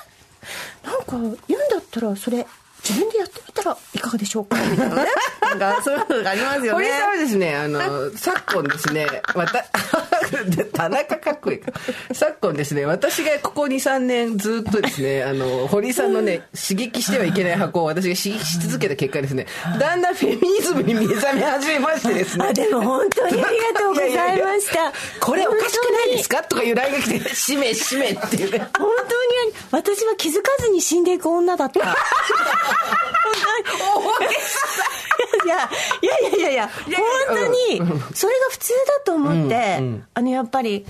Speaker 3: なんか言うんだったらそれ自分でやってみたらいかがでしょうかみたいなね
Speaker 2: *laughs*
Speaker 3: なんかそういうのがありますよね
Speaker 2: 堀井さんはですねあの昨今ですねまた *laughs* 田中かっこいいか昨今ですね私がここ23年ずっとですねあの堀井さんのね刺激してはいけない箱を私が刺激し続けた結果ですねだんだんフェミニズムに目覚め始めましてですね
Speaker 3: あでも本当にありがとうございました
Speaker 2: これおかしくないですかとかいう LINE が来て「しめしめ」っていう
Speaker 3: *laughs*
Speaker 2: ね
Speaker 3: 本当にあり私は気づかずに死んでいく女だ *laughs* った。本当にいやいやいやいやいや本当にそれが普通だと思って、あのやっぱり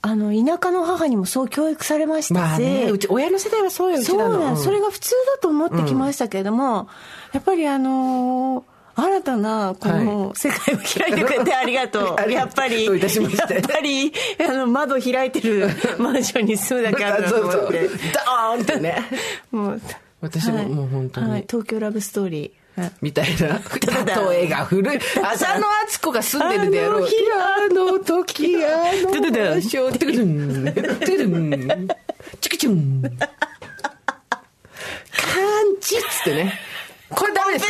Speaker 3: あの田舎の母にもそう教育されましたし、
Speaker 2: まあねうち親の世代はそうようち
Speaker 3: そ
Speaker 2: らの
Speaker 3: うなん、
Speaker 2: ん
Speaker 3: それが普通だと思ってきましたけれども、やっぱりあのー新たなこの世界を開いてくれてありがとう、
Speaker 2: *laughs* あり
Speaker 3: や
Speaker 2: がとう
Speaker 3: っぱり
Speaker 2: どういたしまして
Speaker 3: やっぱりあの窓開いて
Speaker 2: *laughs*
Speaker 3: るマンションに住むだけあるなと
Speaker 2: そう
Speaker 3: 思
Speaker 2: そ
Speaker 3: っ
Speaker 2: うド
Speaker 3: て
Speaker 2: ーンってね
Speaker 3: *laughs* もう
Speaker 2: 私ももう本当に
Speaker 3: はい、東京ラブストーリーはい
Speaker 2: みたいな
Speaker 3: ただ
Speaker 2: 例えが古い浅野敦子が住んでるであろう
Speaker 3: あ
Speaker 2: の時あの
Speaker 3: ドゥドゥドゥ
Speaker 2: ショートゥルントゥルンチクチュン感知っつってねこれダメです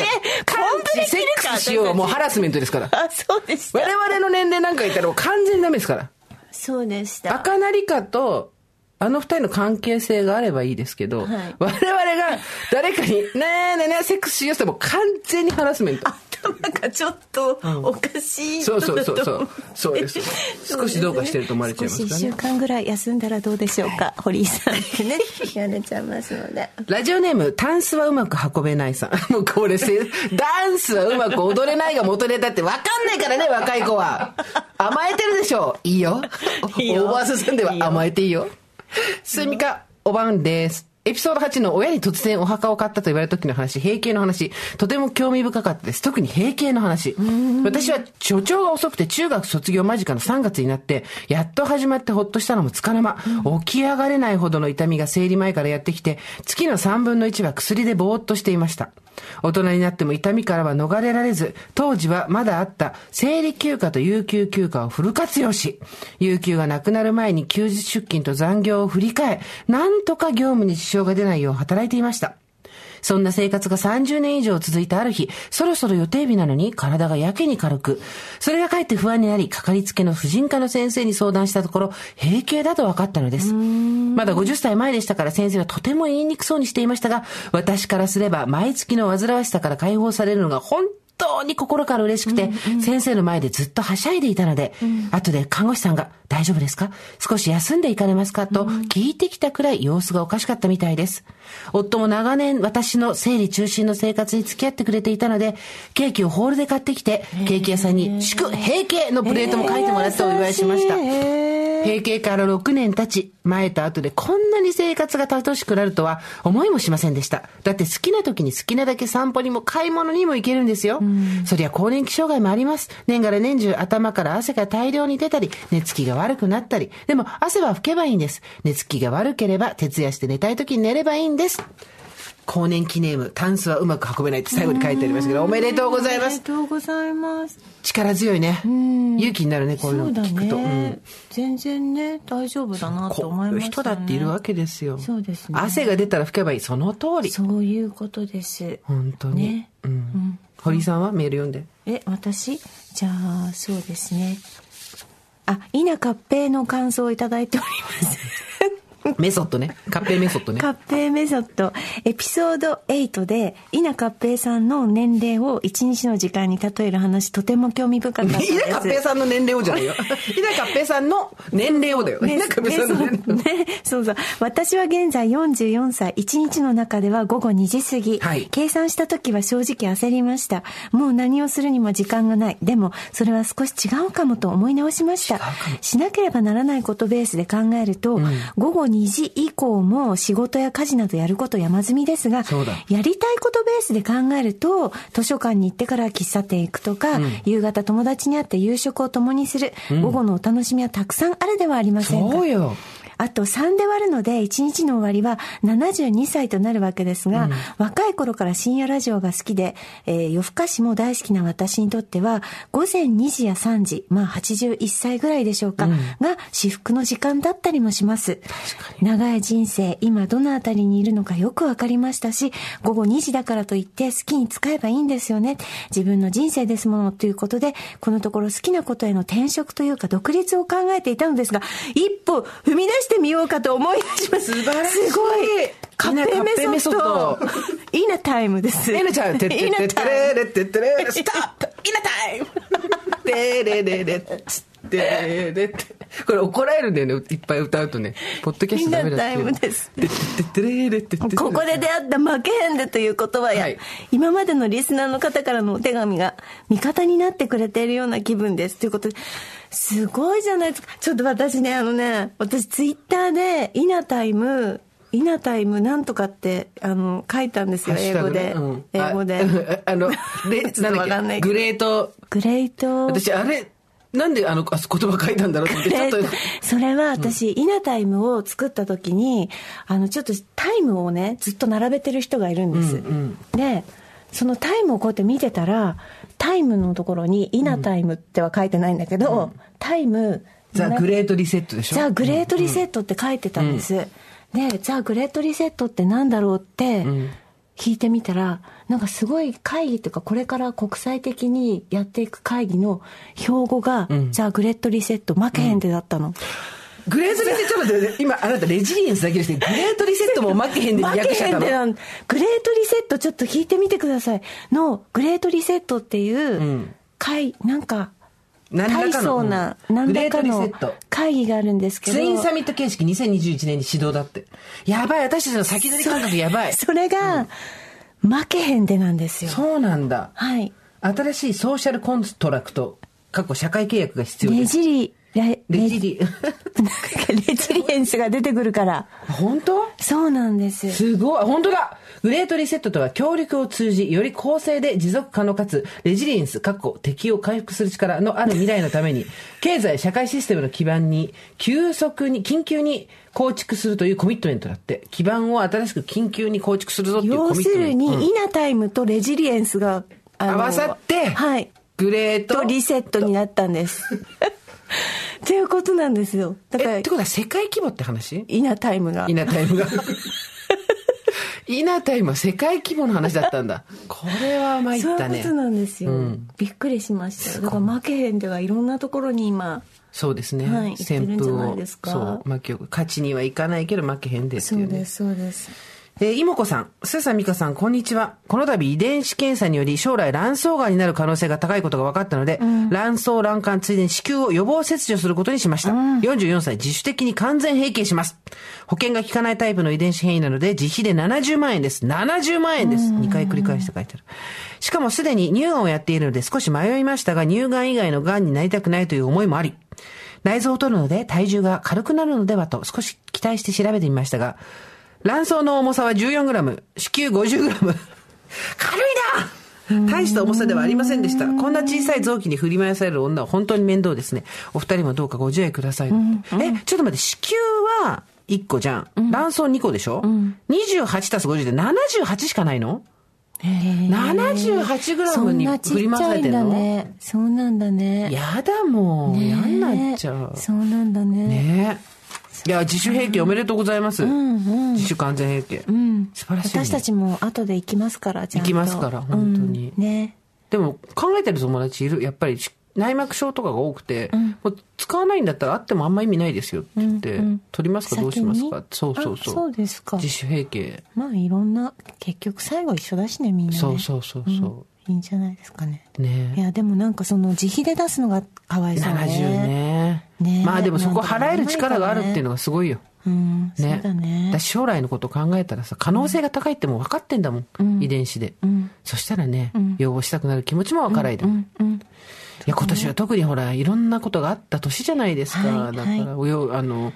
Speaker 2: から
Speaker 3: コンプレコンプレ
Speaker 2: セ
Speaker 3: 切るか
Speaker 2: ックスしようはもうハラスメントですから
Speaker 3: あそうでした
Speaker 2: 我々の年齢なんか言ったらもう完全にダメですから
Speaker 4: そうでした。
Speaker 2: 赤成香とあの二人の関係性があればいいですけど、
Speaker 4: はい
Speaker 2: 我々が誰かに「ねえねえねえセックスしよう」ってもう完全にハラスメント
Speaker 3: なんかちょっとおかしい
Speaker 2: そ
Speaker 3: 人
Speaker 2: うそう
Speaker 3: だと
Speaker 2: そうそ
Speaker 3: 思
Speaker 2: う
Speaker 3: う。
Speaker 2: そうです少しどうかしてると思われちゃいま
Speaker 3: *laughs*
Speaker 2: す
Speaker 3: 少し
Speaker 2: から
Speaker 3: 一
Speaker 2: ね
Speaker 3: 週間ぐらい休んだらどうでしょうか、堀井さんってね。 *laughs* やれちゃいますので。
Speaker 2: ラジオネーム、タンスはうまく運べないさん。も *laughs* うこれせ、ダンスはうまく踊れないが元ネタってわかんないからね、若い子は。甘えてるでしょ。いいよ。
Speaker 3: *laughs* いいよ
Speaker 2: オーバースさんでは甘えていいよ。スミカ、おばんです。エピソード8の親に突然お墓を買ったと言われた時の話、閉経の話、とても興味深かったです。特に閉経の話。私は所長が遅くて中学卒業間近の3月になって、やっと始まってほっとしたのもつかの間、起き上がれないほどの痛みが生理前からやってきて、月の3分の1は薬でぼーっとしていました。大人になっても痛みからは逃れられず、当時はまだあった生理休暇と有給休暇をフル活用し、有給がなくなる前に休日出勤と残業を振り替え、なんとか業務に支障が出ないよう働いていました。そんな生活が30年以上続いたある日、そろそろ予定日なのに体がやけに軽く、それがかえって不安になり、かかりつけの婦人科の先生に相談したところ、閉経だと分かったのです。まだ50歳前でしたから先生はとても言いにくそうにしていましたが、私からすれば毎月の煩わしさから解放されるのが本当に心から嬉しくて、先生の前でずっとはしゃいでいたので、後で看護師さんが、大丈夫ですか少し休んでいかれますかと聞いてきたくらい様子がおかしかったみたいです。夫も長年私の生理中心の生活に付き合ってくれていたので、ケーキをホールで買ってきて、ケーキ屋さんに祝閉経のプレートも書いてもらってお祝いしました。閉経から6年経ち、前と後でこんなに生活が楽しくなるとは思いもしませんでした。だって好きな時に好きなだけ散歩にも買い物にも行けるんですよ。そりゃ更年期障害もあります。年がら年中頭から汗が大量に出たり、寝つきが悪くなったり。でも汗は拭けばいいんです。寝つきが悪ければ徹夜して寝たい時に寝ればいいんです。更年期ネーム、タンスはうまく運べないって最後に書いてありましたけど、おめでとうござい
Speaker 3: あ
Speaker 2: ま
Speaker 3: り
Speaker 2: す
Speaker 3: が。とうございます。
Speaker 2: 力強いね。勇気になるね、こういうの
Speaker 3: そうだ
Speaker 2: 聞くと。うん
Speaker 3: ね。全然ね、大丈夫だなと思いました、ね。
Speaker 2: 人だっているわけですよ
Speaker 3: そうですね
Speaker 2: 汗が出たら拭けばいいその通り
Speaker 3: そういうことです。
Speaker 2: 本当に、
Speaker 3: ね
Speaker 2: うん堀井さんはメール読んで
Speaker 3: え私じゃあそうですねあ稲カッペの感想をいただいております
Speaker 2: メソッドね合併メソッドね
Speaker 3: カッペメソッドエピソード8で稲カッペさんの年齢を一日の時間に例える話とても興味深かったで
Speaker 2: 稲合併
Speaker 3: す
Speaker 2: さんの年齢をじゃないよ稲合併さんの年齢をだよ
Speaker 3: ね
Speaker 2: 稲合併さんの年齢を
Speaker 3: ねそうそう私は現在44歳1日の中では午後2時過ぎ、
Speaker 2: はい
Speaker 3: 計算した時は正直焦りましたもう何をするにも時間がないでもそれは少し違うかもと思い直しましたしなければならないことベースで考えると、午後2時以降も仕事や家事などやること山積みですが
Speaker 2: そうだ
Speaker 3: やりたいことベースで考えると、図書館に行ってから喫茶店行くとか、夕方友達に会って夕食を共にする、午後のお楽しみはたくさんあるではありませんか。
Speaker 2: そうよ
Speaker 3: あと3で割るので1日の終わりは72歳となるわけですが、若い頃から深夜ラジオが好きで、えー夜更かしも大好きな私にとっては午前2時や3時、まあ81歳ぐらいでしょうか、が至福の時間だったりもします。長い人生、今どのあたりにいるのかよくわかりましたし、午後2時だからといって好きに使えばいいんですよね。自分の人生ですものということで、このところ好きなことへの転職というか独立を考えていたのですが、一歩踏み出してみようかと思い出します。
Speaker 2: 素晴らしい
Speaker 3: すごいカ
Speaker 2: みんな
Speaker 3: ッ
Speaker 2: カッペ
Speaker 3: ペ
Speaker 2: メ
Speaker 3: メ
Speaker 2: ソ
Speaker 3: ソ
Speaker 2: ッ
Speaker 3: ッ
Speaker 2: ド
Speaker 3: ド。イナタイムです。
Speaker 2: 稲ちゃんてって
Speaker 3: イ
Speaker 2: っ
Speaker 3: ナ
Speaker 2: てって
Speaker 3: タイム。
Speaker 2: れってってれストップ稲タイム *laughs* てれれれつってれってこれ怒られるんだよねいっぱい歌うとねポッドキャストダメだってい
Speaker 3: 稲
Speaker 2: う
Speaker 3: タイムです
Speaker 2: てってってれれってって
Speaker 3: ここで出会った負けへんでという言葉や、
Speaker 2: はい
Speaker 3: 今までのリスナーの方からのお手紙が味方になってくれているような気分ですということですごいじゃないですかちょっと私ねあのね私ツイッターで「イナタイム」イナタイムなんとかってあの書いたんですよ
Speaker 2: ハッシ
Speaker 3: 英
Speaker 2: ュタ
Speaker 3: 語
Speaker 2: グね
Speaker 3: で、
Speaker 2: うん
Speaker 3: 英語で
Speaker 2: あ *laughs* あので
Speaker 3: ちょっとわか
Speaker 2: なん
Speaker 3: んな
Speaker 2: だっけ
Speaker 3: いけど
Speaker 2: グレート
Speaker 3: *laughs* グレイト
Speaker 2: *laughs* 私あれなんであのあ言葉書いたんだろうと思ってちょっと
Speaker 3: でそれは私、イナタイムを作った時にあのちょっとタイムをねずっと並べてる人がいるんです、でそのタイムをこうやって見てたらタイムのところに「イナタイム」っては書いてないんだけど、タイム
Speaker 2: ザ・グレートリセットでしょ
Speaker 3: ザ・グレートリセットって書いてたんです、でザ・グレートリセットってなんだろうって聞いてみたらなんかすごい会議というかこれから国際的にやっていく会議の標語が、ザ・グレートリセット負けへんでだったの、
Speaker 2: グレートリセット、ちょっと待って、今、あなたレジリエンスだけでして、グレートリセットも負けへんで
Speaker 3: 負
Speaker 2: 訳しち
Speaker 3: け
Speaker 2: ゃ
Speaker 3: へ
Speaker 2: っ
Speaker 3: ん
Speaker 2: た
Speaker 3: って
Speaker 2: の。
Speaker 3: なんグレートリセットちょっと聞いてみてくださいのグレートリセットっていう会、なんか
Speaker 2: 何ら
Speaker 3: 大
Speaker 2: かの
Speaker 3: 層な
Speaker 2: うん
Speaker 3: 何
Speaker 2: グレ
Speaker 3: ら
Speaker 2: ート
Speaker 3: か
Speaker 2: リセ
Speaker 3: の
Speaker 2: ット。
Speaker 3: 会議があるんですけど
Speaker 2: ツインサミット形式2021年に始動だって。やばい、私たちの先取り感覚やばい。
Speaker 3: それが、負けへんでなんですよ
Speaker 2: そうなんだ。
Speaker 3: はい
Speaker 2: 新しいソーシャルコントラクト、過去社会契約が必要
Speaker 3: レ
Speaker 2: です。
Speaker 3: ジリレ
Speaker 2: レジリ。 *laughs*
Speaker 3: なんかレジリエンスが出てくるから
Speaker 2: 本当
Speaker 3: そうなんです
Speaker 2: すごい。本当だグレートリセットとは協力を通じ、より公正で持続可能かつ、レジリエンス、確保、敵を回復する力のある未来のため
Speaker 3: *laughs*
Speaker 2: に、経済、社会システムの基盤に、急速に、緊急に構築するというコミットメントだって、基盤を新しく緊急に構築するぞっていうコ
Speaker 3: 要
Speaker 2: ミッ
Speaker 3: す
Speaker 2: トメント。
Speaker 3: るに、イナタイムとレジリエンスがあの
Speaker 2: 合わさって
Speaker 3: はい
Speaker 2: グレート
Speaker 3: とリセットになったんですっていうことなんですよだか
Speaker 2: え
Speaker 3: ら
Speaker 2: ってことは世界規模って話
Speaker 3: イナタイムが
Speaker 2: イナタ
Speaker 3: *laughs*
Speaker 2: イムが。イナタイムは世界規模の話だったんだ。これは参っ
Speaker 3: そう
Speaker 2: た
Speaker 3: いう
Speaker 2: ね
Speaker 3: こと。なんですよ、びっくりしましたよだから負けへんではいろんなところに今
Speaker 2: そうですね。
Speaker 3: はい言ってるんじゃないですか
Speaker 2: そう、負けよう勝ちにはいかないけど負けへんでって
Speaker 3: そ
Speaker 2: いううね
Speaker 3: で。すそうです
Speaker 2: えー、いもこさん、すーさんみかさん、こんにちは。この度遺伝子検査により将来卵巣がんになる可能性が高いことが分かったので、卵巣卵管ついでに子宮を予防切除することにしました。44歳自主的に完全閉経します。保険が効かないタイプの遺伝子変異なので、自費で70万円です。70万円です。2回繰り返して書いてある。しかもすでに乳がんをやっているので少し迷いましたが、乳がん以外のがんになりたくないという思いもあり、内臓を取るので体重が軽くなるのではと少し期待して調べてみましたが、卵巣の重さは 14g、子宮 50g。軽いな大した重さではありませんでした。こんな小さい臓器に振り回される女は本当に面倒ですね。お二人もどうかご自愛ください。え、ちょっと待って、子宮は1個じゃん。卵巣2個でしょ、?28 たす50で78しかないの
Speaker 3: えー
Speaker 2: ?78g に振り回されて
Speaker 3: そん
Speaker 2: る
Speaker 3: なちっちゃいんだ
Speaker 2: の
Speaker 3: ねそうなんだね
Speaker 2: やだもう。
Speaker 3: ね
Speaker 2: 嫌
Speaker 3: え
Speaker 2: になっちゃう。
Speaker 3: そうなんだね
Speaker 2: ねえ。いや、自主閉経おめでとうございます。
Speaker 3: うん
Speaker 2: 自主完全閉経。
Speaker 3: うん
Speaker 2: 素晴らしいね
Speaker 3: 私たちも後で行きますからちゃんと
Speaker 2: 行きますから本当に
Speaker 3: うんね
Speaker 2: でも、考えてる友達いる。やっぱり、内膜症とかが多くて、もう使わないんだったらあってもあんま意味ないですよって言って、
Speaker 3: うんうん
Speaker 2: 取りますかどうしますか
Speaker 3: 先
Speaker 2: そ
Speaker 3: に
Speaker 2: うそうそう。
Speaker 3: あそうですか
Speaker 2: 自主閉経。
Speaker 3: まあいろんな結局最後一緒だしねみんなね
Speaker 2: そうそうそうそ
Speaker 3: うんいいんじゃないですかね
Speaker 2: う。ね
Speaker 3: いやでもなんかその自費で出すのがかわいそう
Speaker 2: 70
Speaker 3: ね
Speaker 2: ね
Speaker 3: ねえ
Speaker 2: まあでもそこ払える力があるっていうのがすごいよ。
Speaker 3: うんそう
Speaker 2: ね。
Speaker 3: だね
Speaker 2: だし将来のことを考えたらさ、可能性が高いってもう分かってんだもん。遺伝子で、そしたらね、要望したくなる気持ちも分からないでもん、いや、今年は特にほら、いろんなことがあった年じゃないですか。
Speaker 3: はい
Speaker 2: だか
Speaker 3: はい
Speaker 2: ら、およあの、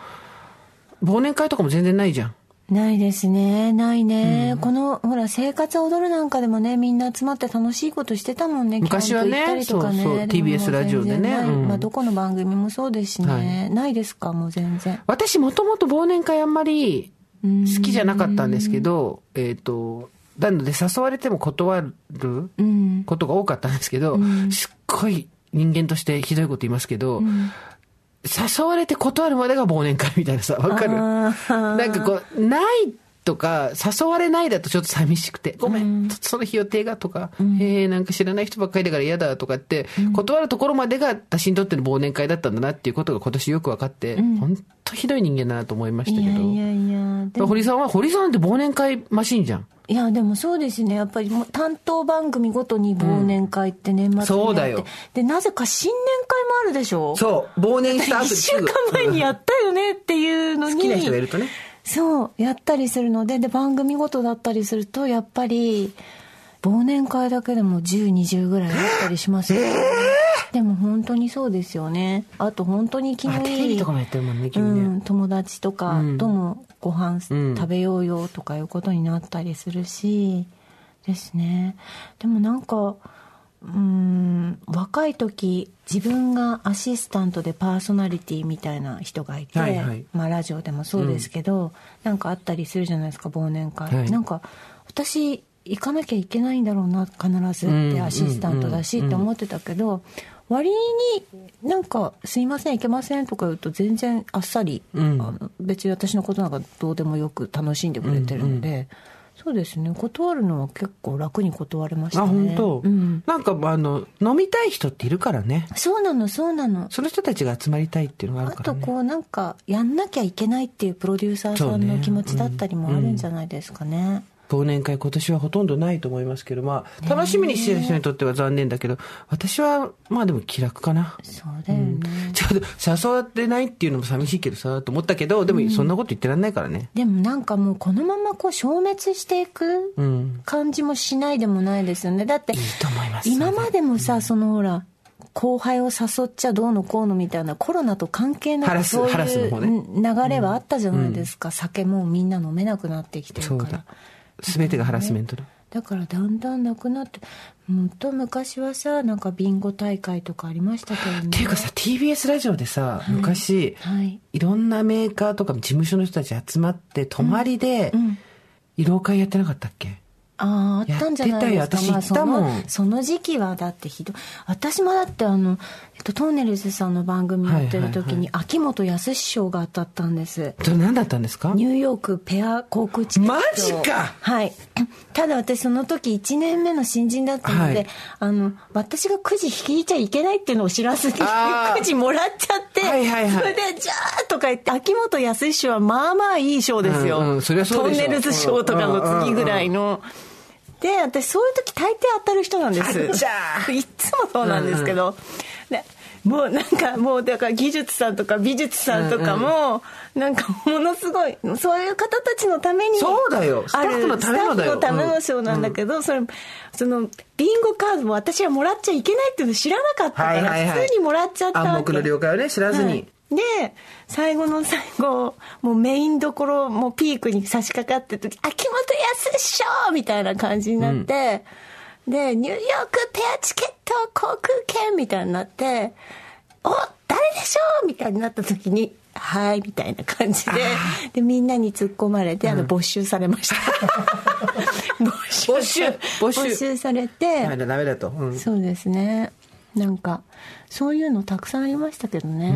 Speaker 2: 忘年会とかも全然ないじゃん。
Speaker 3: ないですねないね、このほら「生活踊る」なんかでもねみんな集まって楽しいことしてたもんね
Speaker 2: 昔はね
Speaker 3: キャンプ行ったりとかね
Speaker 2: そうそ
Speaker 3: でも
Speaker 2: う
Speaker 3: も
Speaker 2: TBS ラジオでね
Speaker 3: 全然ない
Speaker 2: うん
Speaker 3: まあ、どこの番組もそうですしね、
Speaker 2: はい
Speaker 3: ないですかもう全然
Speaker 2: 私もともと忘年会あんまり好きじゃなかったんですけど、えっ、と、なので誘われても断る
Speaker 3: うん
Speaker 2: ことが多かったんですけど、すっごい人間としてひどいこと言いますけど、誘われて断るまでが忘年会みたいなさ、わかる
Speaker 3: あー
Speaker 2: なんかこう、ないとか、誘われないだとちょっと寂しくて、ごめん、ちょっとその日予定がとか、へえ、なんか知らない人ばっかりだから嫌だとかって、断るところまでが私にとっての忘年会だったんだなっていうことが今年よく分かって、本当ひどい人間だなと思いました
Speaker 3: い
Speaker 2: け
Speaker 3: や
Speaker 2: ど。
Speaker 3: いやいやでも
Speaker 2: 堀さんは、堀さんって忘年会マシンじゃん。
Speaker 3: いやでもそうですねやっぱりもう担当番組ごとに忘年会って年末にやって、
Speaker 2: そうだよ
Speaker 3: でなぜか新年会もあるでしょ
Speaker 2: そう、忘年した
Speaker 3: 1週間前にやったよねっていうのに
Speaker 2: 好きな人がいるとね。
Speaker 3: そうやったりするのでで番組ごとだったりするとやっぱり忘年会だけでも1020ぐらいあったりしますよ、でも本当にそうですよねあと本当に気
Speaker 2: まあ
Speaker 3: の
Speaker 2: テレ
Speaker 3: い
Speaker 2: ビ
Speaker 3: い
Speaker 2: とかもやってるもんね、
Speaker 3: う
Speaker 2: 君ね。
Speaker 3: ん、友達とかともご飯す
Speaker 2: うん
Speaker 3: 食べようよとかいうことになったりするし、ですねでもなんかうん若い時自分がアシスタントでパーソナリティみたいな人がいて、
Speaker 2: はいはい
Speaker 3: まあ、ラジオでもそうですけど、なんかあったりするじゃないですか忘年会、
Speaker 2: はい
Speaker 3: なんか私行かなきゃいけないんだろうな必ず
Speaker 2: う
Speaker 3: っ
Speaker 2: ん
Speaker 3: てアシスタントだしって思ってたけど割になんか「すいません行けません」とか言うと全然あっさり、
Speaker 2: うん
Speaker 3: あの別に私のことなんかどうでもよく楽しんでくれてるんで、そうですね断るのは結構楽に断れました
Speaker 2: あ
Speaker 3: ね
Speaker 2: 本当、
Speaker 3: うん、
Speaker 2: なんかあの飲みたい人っているからね
Speaker 3: そうなのそうなの
Speaker 2: その人たちが集まりたいっていうのがあ
Speaker 3: あ
Speaker 2: るから、
Speaker 3: と
Speaker 2: ね、
Speaker 3: こうなんかやんなきゃいけないっていうプロデューサーさんの気持ちだったりもあるんじゃないですかね
Speaker 2: 忘年会今年はほとんどないと思いますけどまあ楽しみにしてる人にとっては残念だけど私はまあでも気楽かな
Speaker 3: そうだよね、
Speaker 2: ちょっと誘ってないっていうのも寂しいけどさと思ったけどでもそんなこと言ってらんないからね
Speaker 3: でもなんかもうこのままこう消滅していく
Speaker 2: うん
Speaker 3: 感じもしないでもないですよねだって
Speaker 2: いいと思います
Speaker 3: 今までもさそのほら後輩を誘っちゃどうのこうのみたいなコロナと関係な
Speaker 2: ハラ
Speaker 3: く
Speaker 2: ス
Speaker 3: そう
Speaker 2: ハラス
Speaker 3: い
Speaker 2: の
Speaker 3: う
Speaker 2: 方ね
Speaker 3: うん流れはあったじゃないですか、酒もうみんな飲めなくなってきて
Speaker 2: そ
Speaker 3: る
Speaker 2: う
Speaker 3: から
Speaker 2: だ全てがハラスメントだ
Speaker 3: だからだんだんなくなってもっと昔はさなんかビンゴ大会とかありましたけどね
Speaker 2: っていうかさ TBS ラジオでさ昔、
Speaker 3: はい
Speaker 2: いろんなメーカーとか事務所の人たち集まって泊まりで
Speaker 3: うん
Speaker 2: 慰労会やってなかったっけ
Speaker 3: あああったんじゃないですか
Speaker 2: やってたよ私
Speaker 3: ま
Speaker 2: 行った
Speaker 3: あ
Speaker 2: もん
Speaker 3: そのその時期はだってひどい私もだってあの、えっと、トーネルズさんの番組やってる時
Speaker 2: はいはい
Speaker 3: に秋元康賞が当たったんです、
Speaker 2: それ何だったんですか
Speaker 3: ニューヨークペア航空チケット
Speaker 2: マジか
Speaker 3: はい *clears throat* ただ私その時1年目の新人だったので、
Speaker 2: はい
Speaker 3: あの私がくじ引いちゃいけないっていうのを知らずに
Speaker 2: あー
Speaker 3: *laughs* くじもらっちゃって、
Speaker 2: はいはいはい
Speaker 3: それで「じゃあ」とか言って秋元康賞はまあまあいい賞ですよ、
Speaker 2: うんうんそりゃそうでしょ
Speaker 3: トンネルズ賞とかの次ぐらいの、で私そういう時大抵当たる人なんです
Speaker 2: じゃあ
Speaker 3: *laughs* いつもそうなんですけど、でもうなんかもうだから技術さんとか美術さんとかもなんかものすごいそういう方たちのために
Speaker 2: そうだよスタ
Speaker 3: あ
Speaker 2: ッ
Speaker 3: る
Speaker 2: フのためのだよ
Speaker 3: スタッフのための賞なんだけど、それそのビンゴカードも私はもらっちゃいけないっていうの知らなかったから、普通にもらっちゃったわけ
Speaker 2: 暗黙の了解をね知らずに、
Speaker 3: はいで最後の最後もうメインどころもうピークに差し掛かってる時「秋元康賞!」みたいな感じになって、でニューヨークペアチケット航空券みたいになって「お誰でしょう!」みたいになった時に「はい」みたいな感じででみんなに突っ込まれてあの没収されました、
Speaker 2: 没収
Speaker 3: *laughs* 没
Speaker 2: 没
Speaker 3: 収
Speaker 2: 収
Speaker 3: されて、
Speaker 2: ダメだダメだと、うん
Speaker 3: そうですねなんかそういうのたくさんありましたけどね、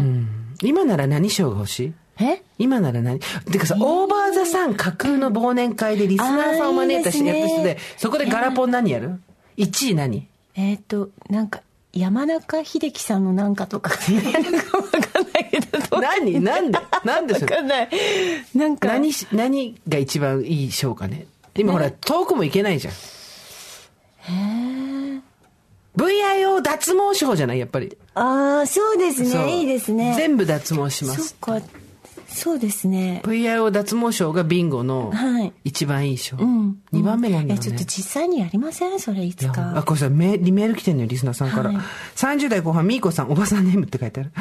Speaker 2: 今なら何賞が欲しい
Speaker 3: え
Speaker 2: 今なら何てかさ、オーバーザさん架空の忘年会でリスナーさんを招いたし、
Speaker 3: あーいい
Speaker 2: や
Speaker 3: ですね
Speaker 2: った人で、そこでガラポン何やる ?1 位何
Speaker 3: えっ、となんか山中秀樹さんのなんかとかなんかわかんないけどどう
Speaker 2: 何なんで *laughs* なんでそ
Speaker 3: わ
Speaker 2: れ
Speaker 3: かんないなんか
Speaker 2: 何し、何が一番いい賞かね今ほら、遠くも行けないじゃん。VIO 脱毛賞じゃないやっぱり。
Speaker 3: ああそうです
Speaker 2: そう
Speaker 3: ねいいですね
Speaker 2: 全部脱毛しま
Speaker 3: そ
Speaker 2: す
Speaker 3: っ。かそうですね
Speaker 2: VIO 脱毛賞がビンゴの
Speaker 3: はい
Speaker 2: 一番いい賞。
Speaker 3: うん
Speaker 2: 2番目なんだ
Speaker 3: え
Speaker 2: よね。
Speaker 3: ちょっと実際にやりませんそれい
Speaker 2: い
Speaker 3: つ
Speaker 2: や
Speaker 3: か
Speaker 2: あこれさメリメール来てんのよリスナーさんか
Speaker 3: は
Speaker 2: ら、
Speaker 3: い
Speaker 2: 30代後半みーこさんおばさんネームって書いてある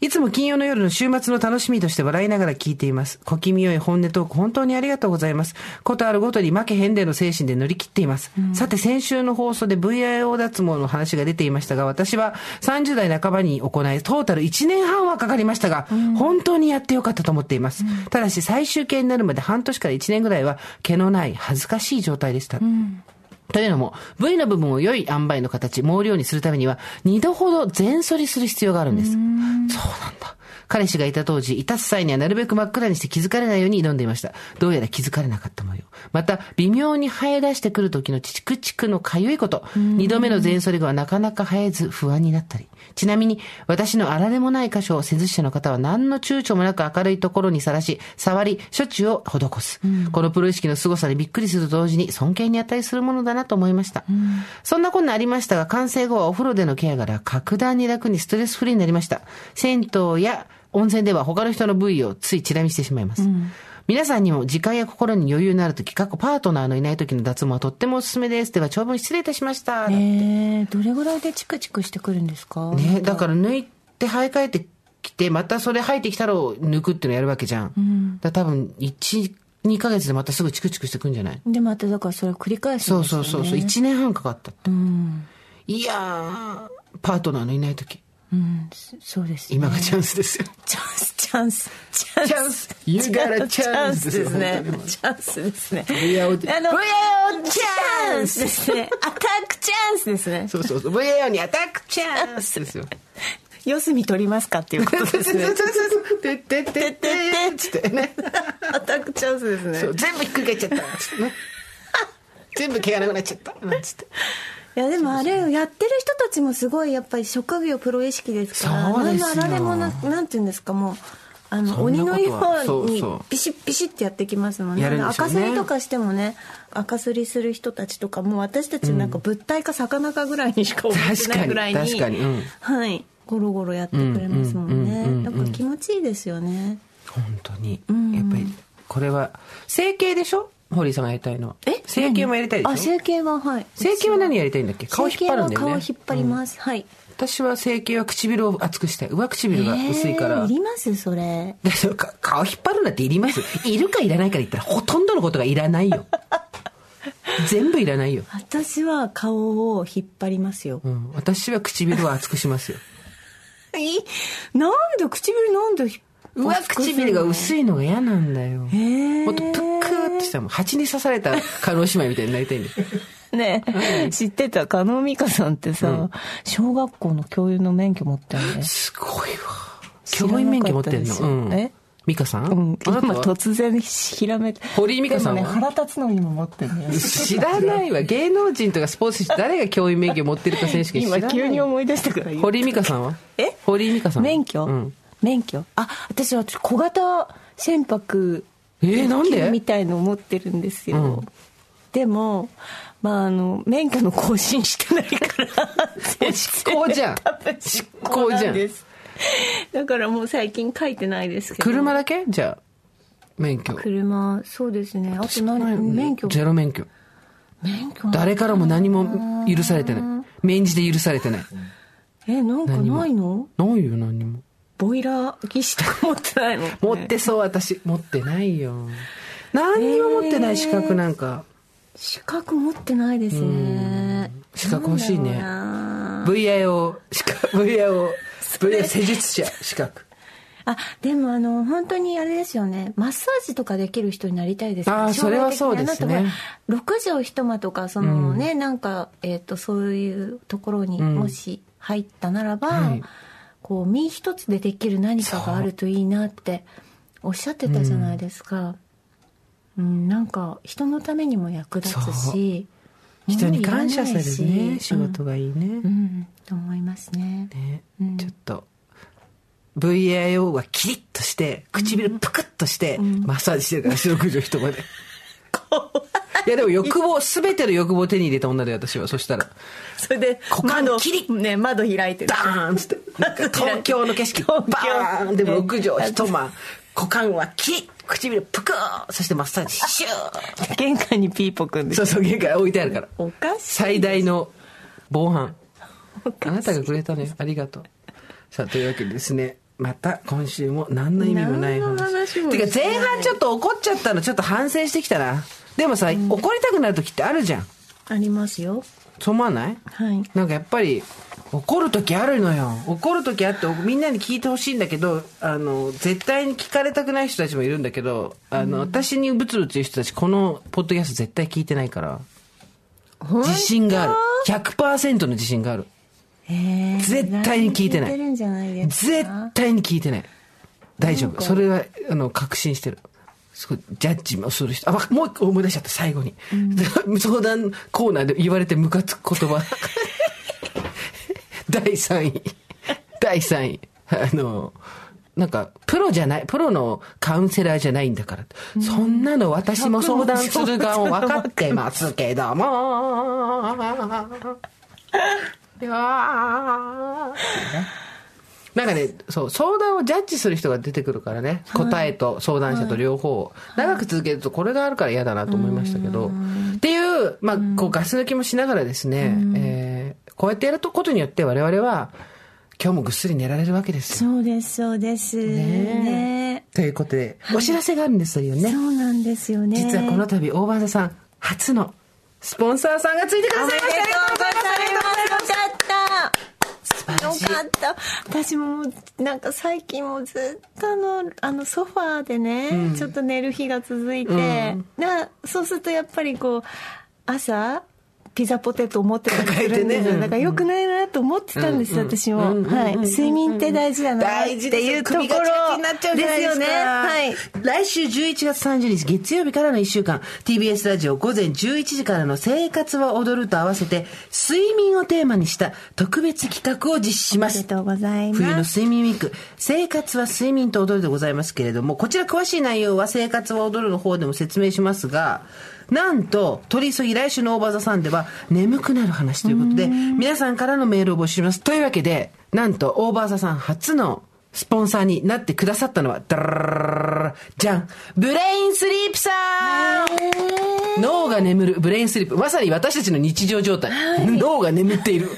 Speaker 2: いつも金曜の夜の週末の楽しみとして笑いながら聞いています。小気味よい本音トーク本当にありがとうございます。ことあるごとに負けへんでの精神で乗り切っています。さて先週の放送で VIO 脱毛の話が出ていましたが、私は30代半ばに行い、トータル1年半はかかりましたが、本当にやってよかったと思っています。ただし最終形になるまで半年から1年ぐらいは毛のない恥ずかしい状態でした。というのも、V の部分を良い塩梅の形、毛量にするためには、二度ほど全剃りする必要があるんです。そうなんだ。彼氏がいた当時、いたす際にはなるべく真っ暗にして気づかれないように挑んでいました。どうやら気づかれなかった模様。また、微妙に生え出してくる時のチクチクのかゆいこと。二度目の全剃り後はなかなか生えず不安になったり。ちなみに、私のあられもない箇所を施術者の方は何の躊躇もなく明るいところにさらし、触り、処置を施す。このプロ意識の凄さでびっくりすると同時に尊敬に値するものだなと思いました。そんなこんなありましたが、完成後はお風呂でのケアが格段に楽にストレスフリーになりました。銭湯や温泉では他の人の部位をついチラ見してしまいます。皆さんにも時間や心に余裕のある時、過去パートナーのいない時の脱毛はとってもおすすめです。では長文失礼いたしました。
Speaker 3: えーどれぐらいでチクチクしてくるんですか
Speaker 2: ね、だから抜いて生え替えてきて、またそれ生えてきたらを抜くっていうのやるわけじゃん。だから多分、1、2ヶ月でまたすぐチクチクしてくんじゃない
Speaker 3: でまただからそれを繰り返す
Speaker 2: そ
Speaker 3: ん
Speaker 2: う
Speaker 3: ですよ
Speaker 2: そう
Speaker 3: ね
Speaker 2: そうそう、1年半かかったって。いやー、パートナーのいない時、
Speaker 3: うんそうですね
Speaker 2: 今がチャンスですよ。
Speaker 3: チャンス、チャンス、チャンス。
Speaker 2: チャンス You got a
Speaker 3: チャン
Speaker 2: chance
Speaker 3: ス
Speaker 2: です
Speaker 3: で
Speaker 2: よ
Speaker 3: すね
Speaker 2: 本当。に
Speaker 3: チャンスですね。
Speaker 2: VIO
Speaker 3: あの、
Speaker 2: VIO
Speaker 3: チャンスですね。アタックチャンスですね。
Speaker 2: そうそうそう、VAO にアタックチャンスですよ。
Speaker 3: 四隅取りますかっていうことです
Speaker 2: *laughs*
Speaker 3: ね。
Speaker 2: てってってってってっつってね。
Speaker 3: アタックチャンスです
Speaker 2: そう
Speaker 3: ね。
Speaker 2: 全部ひっくり返っちゃったっつってね。全部毛がなくなっちゃったなんつって
Speaker 3: いやでもあれやってる人たちもすごいやっぱり職業プロ意識ですから
Speaker 2: そうですよ
Speaker 3: なんかあられもななんていうんですかもうあの
Speaker 2: そんな
Speaker 3: 鬼
Speaker 2: ことは
Speaker 3: のよ
Speaker 2: そう
Speaker 3: うに
Speaker 2: そう
Speaker 3: ビシッビシッってやってきますもんね
Speaker 2: やるんでしょ
Speaker 3: 赤
Speaker 2: う
Speaker 3: す
Speaker 2: ね
Speaker 3: りとかしてもね赤すりする人たちとかもう私たちなんか物体か魚かぐらいにしか思ってないぐらいに
Speaker 2: 確かに確かにうん
Speaker 3: はいゴロゴロやってくれますもん
Speaker 2: うんうんうんうん
Speaker 3: ねだから気持ちいいですよね
Speaker 2: 本当に
Speaker 3: ん
Speaker 2: やっぱりこれは整形でしょ堀井さんがやりたいのは
Speaker 3: え
Speaker 2: 整形もやりたい
Speaker 3: あ
Speaker 2: でしょ
Speaker 3: 整形ははい
Speaker 2: 整形は何やりたいんだっけ顔引っ張るんだよね
Speaker 3: 整形は顔引っ張ります、はい
Speaker 2: 私は整形は唇を厚くしたい上唇が薄いから、
Speaker 3: え
Speaker 2: *laughs*
Speaker 3: ーいりますそれ
Speaker 2: だからか顔引っ張るなんていりますいるかいらないかで言ったらほとんどのことがいらない
Speaker 3: *laughs*
Speaker 2: よ全部いらないよ、
Speaker 3: 私は顔を引っ張りますよ
Speaker 2: う。ん、私は唇を厚く
Speaker 3: *laughs*
Speaker 2: しますよ
Speaker 3: えなんで唇なんで引っ
Speaker 2: 上唇が薄いのが嫌なんだよ
Speaker 3: えー、
Speaker 2: もっとプックーってしたらもう蜂に刺された叶姉妹みたいになりたいんだよ
Speaker 4: ねえ知ってた加納美香さんってさ、小学校の教諭の免許持ってるね。
Speaker 2: すごいわ
Speaker 4: 知らなかったですよ
Speaker 2: 教員免許持ってんの、うん、
Speaker 4: え
Speaker 2: 美香さん、
Speaker 4: うん、
Speaker 2: あ
Speaker 4: 今
Speaker 2: なたは
Speaker 4: 突然ひらめいて。
Speaker 2: 堀井美香さんは
Speaker 4: でもね、腹立つのにも持ってるのよ。
Speaker 2: 知らないわ芸能人とかスポーツ人誰が教員免許持ってるか選手権知ら
Speaker 4: 今
Speaker 2: ない
Speaker 4: 急に思い出したから言う
Speaker 2: 堀井美香さんは
Speaker 4: え
Speaker 2: 堀井美香さんは
Speaker 4: 免許、
Speaker 2: うん、
Speaker 4: 免許あ、私は小型船舶。
Speaker 2: えーなんで
Speaker 4: みたいのを持ってるんですよ。
Speaker 2: うん
Speaker 4: でも、まあ、あの、免許の更新してないから、
Speaker 2: 執行じ
Speaker 3: *laughs*
Speaker 2: *laughs* ゃん
Speaker 4: 多分
Speaker 2: 執行じゃん
Speaker 4: です
Speaker 3: だからもう最近書いてないですけど。
Speaker 2: 車だけじゃあ免許
Speaker 3: 車、そうですね。あと
Speaker 2: ない
Speaker 3: 何免許
Speaker 2: ゼロ免許
Speaker 3: 免許
Speaker 2: 誰からも何も許されてない免じて許されてない
Speaker 3: え、なんかないの
Speaker 2: ないよ何にも
Speaker 3: ボイラー技師とか持ってないの
Speaker 2: *laughs* 持ってそう私持ってないよ何にも持ってない資格なんか
Speaker 3: 資格持ってないですね。
Speaker 2: 資格欲しいね
Speaker 3: なんだろうな
Speaker 2: VIO 資格 *laughs* VIO VIO 施術者資格
Speaker 3: あ、でもあの、本当にあれですよね。マッサージとかできる人になりたいですね
Speaker 2: あーそれはそうです
Speaker 3: 将
Speaker 2: ね。
Speaker 3: 来的にあなたほら六畳一間とか、そのね、なんか、えっ、と、そういうところに
Speaker 2: ん
Speaker 3: もし入ったならば、
Speaker 2: はい
Speaker 3: こう、身一つでできる何かがあるといいなっておっしゃってたじゃないですか。うん、なんか、人のためにも役立つし、
Speaker 2: 人に感謝する
Speaker 3: 物いらな
Speaker 2: ね
Speaker 3: いし
Speaker 2: 仕事がいいね
Speaker 3: うん、うん、と思いますね。
Speaker 2: ね
Speaker 3: うん
Speaker 2: ちょっと VIO はキリッとして唇プクッとしてマッサージしてるから四六畳一間でいやでも欲望全ての欲望を手に入れた女で私はそしたら
Speaker 3: それで、
Speaker 2: 股間窓キリ
Speaker 3: ね、窓開いてる
Speaker 2: ダ。ーンっつってなん *laughs* か東京の景色バーンでも六畳一 *laughs* 間股間はキリッ唇プクーそしてマッサージシュー
Speaker 4: 玄関にピーポくんで
Speaker 2: そうそう限界置いてあるから
Speaker 3: おかしい。
Speaker 2: 最大の防犯あなたがくれたのよありがとうさあというわけでですねまた今週も何の意味もない
Speaker 3: 何の
Speaker 2: 話
Speaker 3: 話もして
Speaker 2: て
Speaker 3: ない
Speaker 2: か前半ちょっと怒っちゃったのちょっと反省してきたなでもさ、怒りたくなる時ってあるじゃん
Speaker 3: ありますよ。
Speaker 2: そう思わない
Speaker 3: はい。
Speaker 2: なんかやっぱり怒る時あるのよ怒る時あってみんなに聞いてほしいんだけどあの絶対に聞かれたくない人たちもいるんだけどあの、私にブツブツ言う人たちこのポッドキャスト絶対聞いてないから自信がある100%の自信がある
Speaker 3: えー
Speaker 2: 絶対に聞いてない
Speaker 3: 聞いてるんじゃないです
Speaker 2: 絶
Speaker 3: か
Speaker 2: 対に聞いてない大丈夫それはあの確信してるすごいジャッジもする人あわもう一個思い出しちゃった最後に、 *laughs* 相談コーナーで言われてムカつく言葉 *laughs* 第3位第3位あのなんかプロじゃないプロのカウンセラーじゃないんだから、そんなの私も相談する側も分かってますけども *laughs* いやーなんかね、そう、相談をジャッジする人が出てくるからね、答えと相談者と両方を、長く続けるとこれがあるから嫌だなと思いましたけど、っていう、まあ、こうガス抜きもしながらですね、えーこうやってやることによって我々は、今日もぐっすり寝られるわけですよ。
Speaker 3: そうです、そうです。ね
Speaker 2: ということで、お知らせがあるんですよ
Speaker 3: え
Speaker 2: ね
Speaker 3: そ。うなんですよね。
Speaker 2: 実はこの度、大場さん、初のスポンサーさんがついてくださいましたありがとうございます
Speaker 3: よかった。よかった。私ももう、なんか最近もうずっとあの、あのソファーでね、ちょっと寝る日が続いて、な、そうするとやっぱりこう、朝、ピザポテトを持ってたりするんです
Speaker 2: 抱えて
Speaker 3: よ
Speaker 2: ね
Speaker 3: だから良くないなと思ってたんです、私も、
Speaker 2: うん
Speaker 3: はい、睡眠って大事だなって
Speaker 2: 大事です
Speaker 3: い
Speaker 2: よ
Speaker 3: うところ
Speaker 2: 首がチャチになっちゃうじゃない
Speaker 3: で
Speaker 2: ですか
Speaker 3: すよねはい
Speaker 2: 来週11月30日月曜日からの1週間 TBS ラジオ午前11時からの「生活は踊る」と合わせて睡眠をテーマにした特別企画を実施しま
Speaker 3: あり
Speaker 2: す
Speaker 3: がとうございます
Speaker 2: 冬の睡眠ウィーク生活は睡眠と踊るでございますけれどもこちら詳しい内容は生活は踊るの方でも説明しますがなんと取り急ぎ来週のオーバーザさんでは眠くなる話ということで皆さんからのメールを募集しますというわけでなんとオーバーザさん初のスポンサーになってくださったのは、ダララララじゃんブレインスリープさん脳が眠るブレインスリープ。まさに私たちの日常状態。脳が眠っている。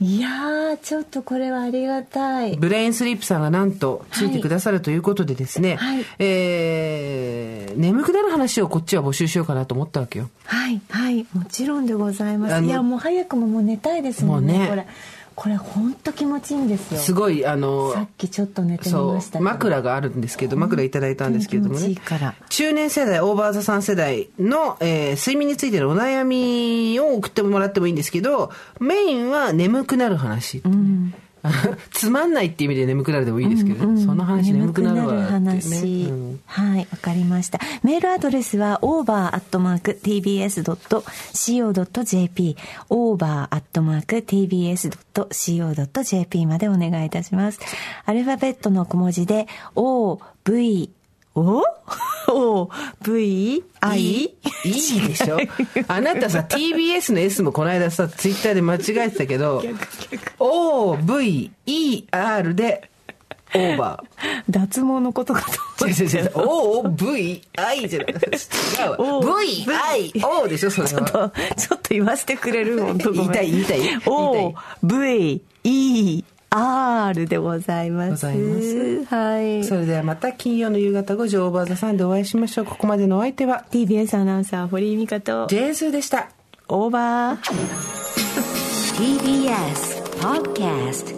Speaker 3: いやーちょっとこれはありがたい
Speaker 2: ブレインスリープさんがなんとついてくださるということでですね、
Speaker 3: はい
Speaker 2: えー、眠くなる話をこっちは募集しようかなと思ったわけよ。
Speaker 3: はいはいもちろんでございま
Speaker 2: あ
Speaker 3: す
Speaker 2: の
Speaker 3: いやもう早くももう寝たいですもんね
Speaker 2: もうね
Speaker 3: これこれ本当気持ちいいんですよ
Speaker 2: すごい、あの、
Speaker 3: さっきちょっと寝てみ
Speaker 2: そ
Speaker 3: ましたけど
Speaker 2: う枕があるんですけど枕いただいたんですけれども
Speaker 3: 本当
Speaker 2: ね
Speaker 3: に気持ちいいから
Speaker 2: 中年世代オーバーザさん世代の、えー睡眠についてのお悩みを送ってもらってもいいんですけどメインは眠くなる話、あの *laughs* つまんないっていう意味で眠くなるでもいいですけどね、その話眠くなるわって
Speaker 3: 眠
Speaker 2: い
Speaker 3: くなる
Speaker 2: うね
Speaker 3: 話、
Speaker 2: うん
Speaker 3: はいわかりましたメールアドレスは over.tbs.co.jp over.tbs.co.jp までお願いいたしますアルファベットの小文字で OV O? *laughs* O, V,
Speaker 2: い
Speaker 3: I?
Speaker 2: いいいでし *laughs* ょあなたさ TBS の S もこの間さツイッターで間違えてたけど OVER でオーバー
Speaker 3: *laughs* 脱毛のことかと思っ
Speaker 2: 違う違う違う OVI じゃない違うわ VIO でしょそれ
Speaker 3: ちょっ
Speaker 2: は
Speaker 3: と、
Speaker 2: *laughs*
Speaker 3: ちょっと言わせてくれる、本当ごめん
Speaker 2: 言いたい言いたい言いたい
Speaker 3: O、V、E、R でございます。
Speaker 2: ございます。
Speaker 3: はい。
Speaker 2: それではまた金曜の夕方5時オーバーザさんでお会いしましょうここまでのお相手は
Speaker 3: TBS アナウンサー、堀井美香と、
Speaker 2: ジェーンスーでした
Speaker 3: オーバー。
Speaker 1: TBS Podcast